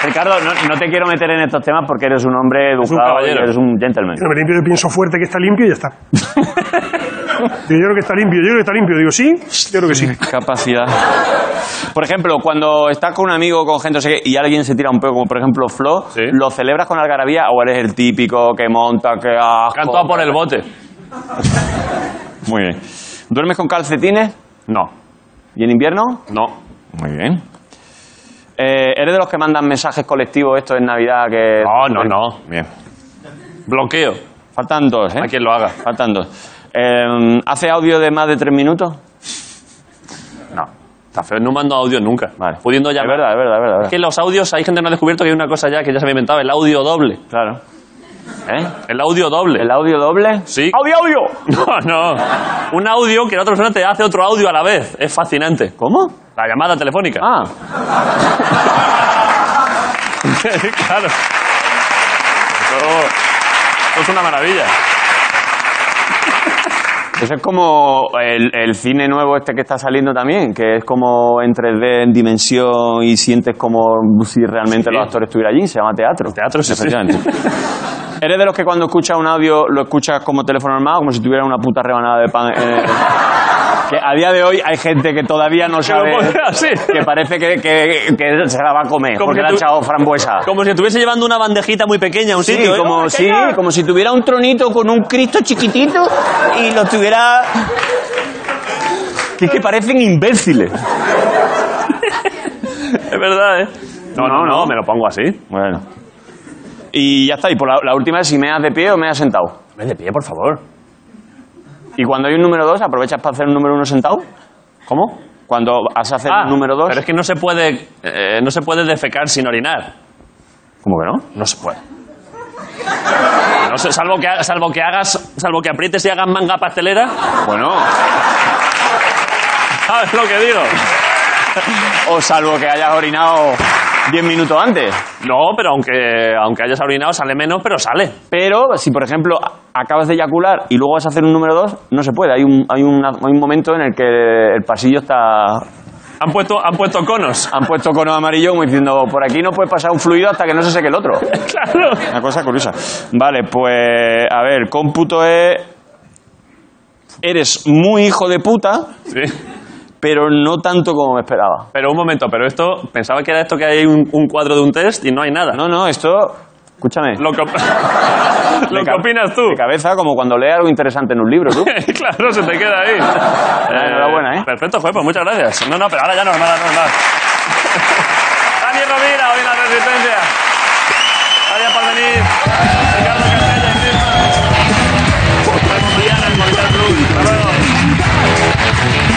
F: Ricardo, no, no te quiero meter en estos temas porque eres un hombre educado.
A: caballero.
F: y eres un gentleman.
B: No me limpio, yo pienso fuerte que está limpio y ya está. Digo, yo creo que está limpio, yo creo que está limpio. Digo, sí, yo creo que sí.
F: Capacidad. Por ejemplo, cuando estás con un amigo, con gente, no sé qué, y alguien se tira un peo, como por ejemplo Flo,
A: Sí.
F: ¿lo celebras con algarabía o eres el típico que monta, que asco?
A: Canto a por el bote.
F: Muy bien. ¿Duermes con calcetines? No. ¿Y en invierno?
A: No.
F: Muy bien. Eh, ¿Eres de los que mandan mensajes colectivos esto en Navidad que...?
A: No, no, no.
F: Bien.
A: Bloqueo
F: Faltan dos, ¿eh?
A: a quien lo haga.
F: Faltan dos. Eh, ¿Hace audio de más de tres minutos?
A: Está feo, no mando audio nunca.
F: Vale.
A: Pudiendo
F: Es
A: llamar.
F: verdad, es verdad, es verdad.
A: Es que los audios, hay gente que no ha descubierto que hay una cosa ya que ya se había inventado, el audio doble.
F: Claro. ¿Eh?
A: El audio doble.
F: ¿El audio doble?
A: Sí.
F: ¡Audio, audio!
A: No, no. Un audio que la otra persona te hace otro audio a la vez. Es fascinante.
F: ¿Cómo?
A: La llamada telefónica.
F: Ah,
A: claro. Eso, eso es una maravilla.
F: eso es como el, el cine nuevo este que está saliendo también, que es como en 3D, en dimensión, y sientes como si realmente
A: Sí.
F: los actores estuvieran allí, se llama teatro.
A: Teatro, sí, sí.
F: Efectivamente. ¿Eres de los que cuando escuchas un audio lo escuchas como teléfono armado, como si tuviera una puta rebanada de pan? eh, que a día de hoy hay gente que todavía no sabe...
A: pone así.
F: Que parece que, que- que se la va a comer,
A: Como
F: porque
A: que
F: le ha
A: tú-
F: echado frambuesa.
A: Como si estuviese llevando una bandejita muy pequeña a un
F: Sí,
A: sitio. ¿eh?
F: como, sí, como si tuviera un tronito con un Cristo chiquitito y lo tuviera... Que es que parecen imbéciles.
A: Es verdad, ¿eh? No, no, no, me lo pongo así.
F: Bueno. Y ya está. Y por la, la última es si me has de pie o me has sentado.
A: Ven de pie, por favor.
F: Y cuando hay un número dos, ¿aprovechas para hacer un número uno sentado?
A: ¿Cómo? Ah,
F: Cuando has hacer un número dos...
A: Pero es que no se puede, eh, no se puede defecar sin orinar.
F: ¿Cómo que no?
A: No se puede. No sé, salvo que, ha- salvo que hagas, salvo que aprietes y hagas manga pastelera,
F: Bueno,
A: ¿sabes lo que digo?
F: o salvo que hayas orinado 10 minutos antes.
A: No, pero aunque, aunque hayas orinado sale menos, pero sale.
F: Pero si, por ejemplo, a- acabas de eyacular y luego vas a hacer un número dos, no se puede. Hay un, hay una- hay un momento en el que el pasillo está
A: Han puesto, han puesto conos.
F: han puesto cono amarillo como diciendo por aquí no puede pasar un fluido hasta que no se seque el otro.
A: Claro.
F: Una cosa curiosa. Vale, pues a ver, cómputo es eres muy hijo de puta,
A: Sí.
F: pero no tanto como me esperaba.
A: Pero un momento, pero esto, pensaba que era esto que hay un, un cuadro de un test y no hay nada.
F: No, no, esto escúchame.
A: Lo que, op- lo
F: de
A: que
F: ca-
A: opinas tú.
F: De cabeza como cuando lees algo interesante en un libro, tú.
A: claro, se te queda ahí.
F: Eh, enhorabuena, ¿eh?
A: Perfecto, joder, pues muchas gracias. No, no, pero ahora ya normal, ahora normal. Dani Rovira, hoy en la Resistencia. Gracias por venir. Ricardo Castella, Inés Más. Nos vemos mañana en Movistar Plus. Hasta luego.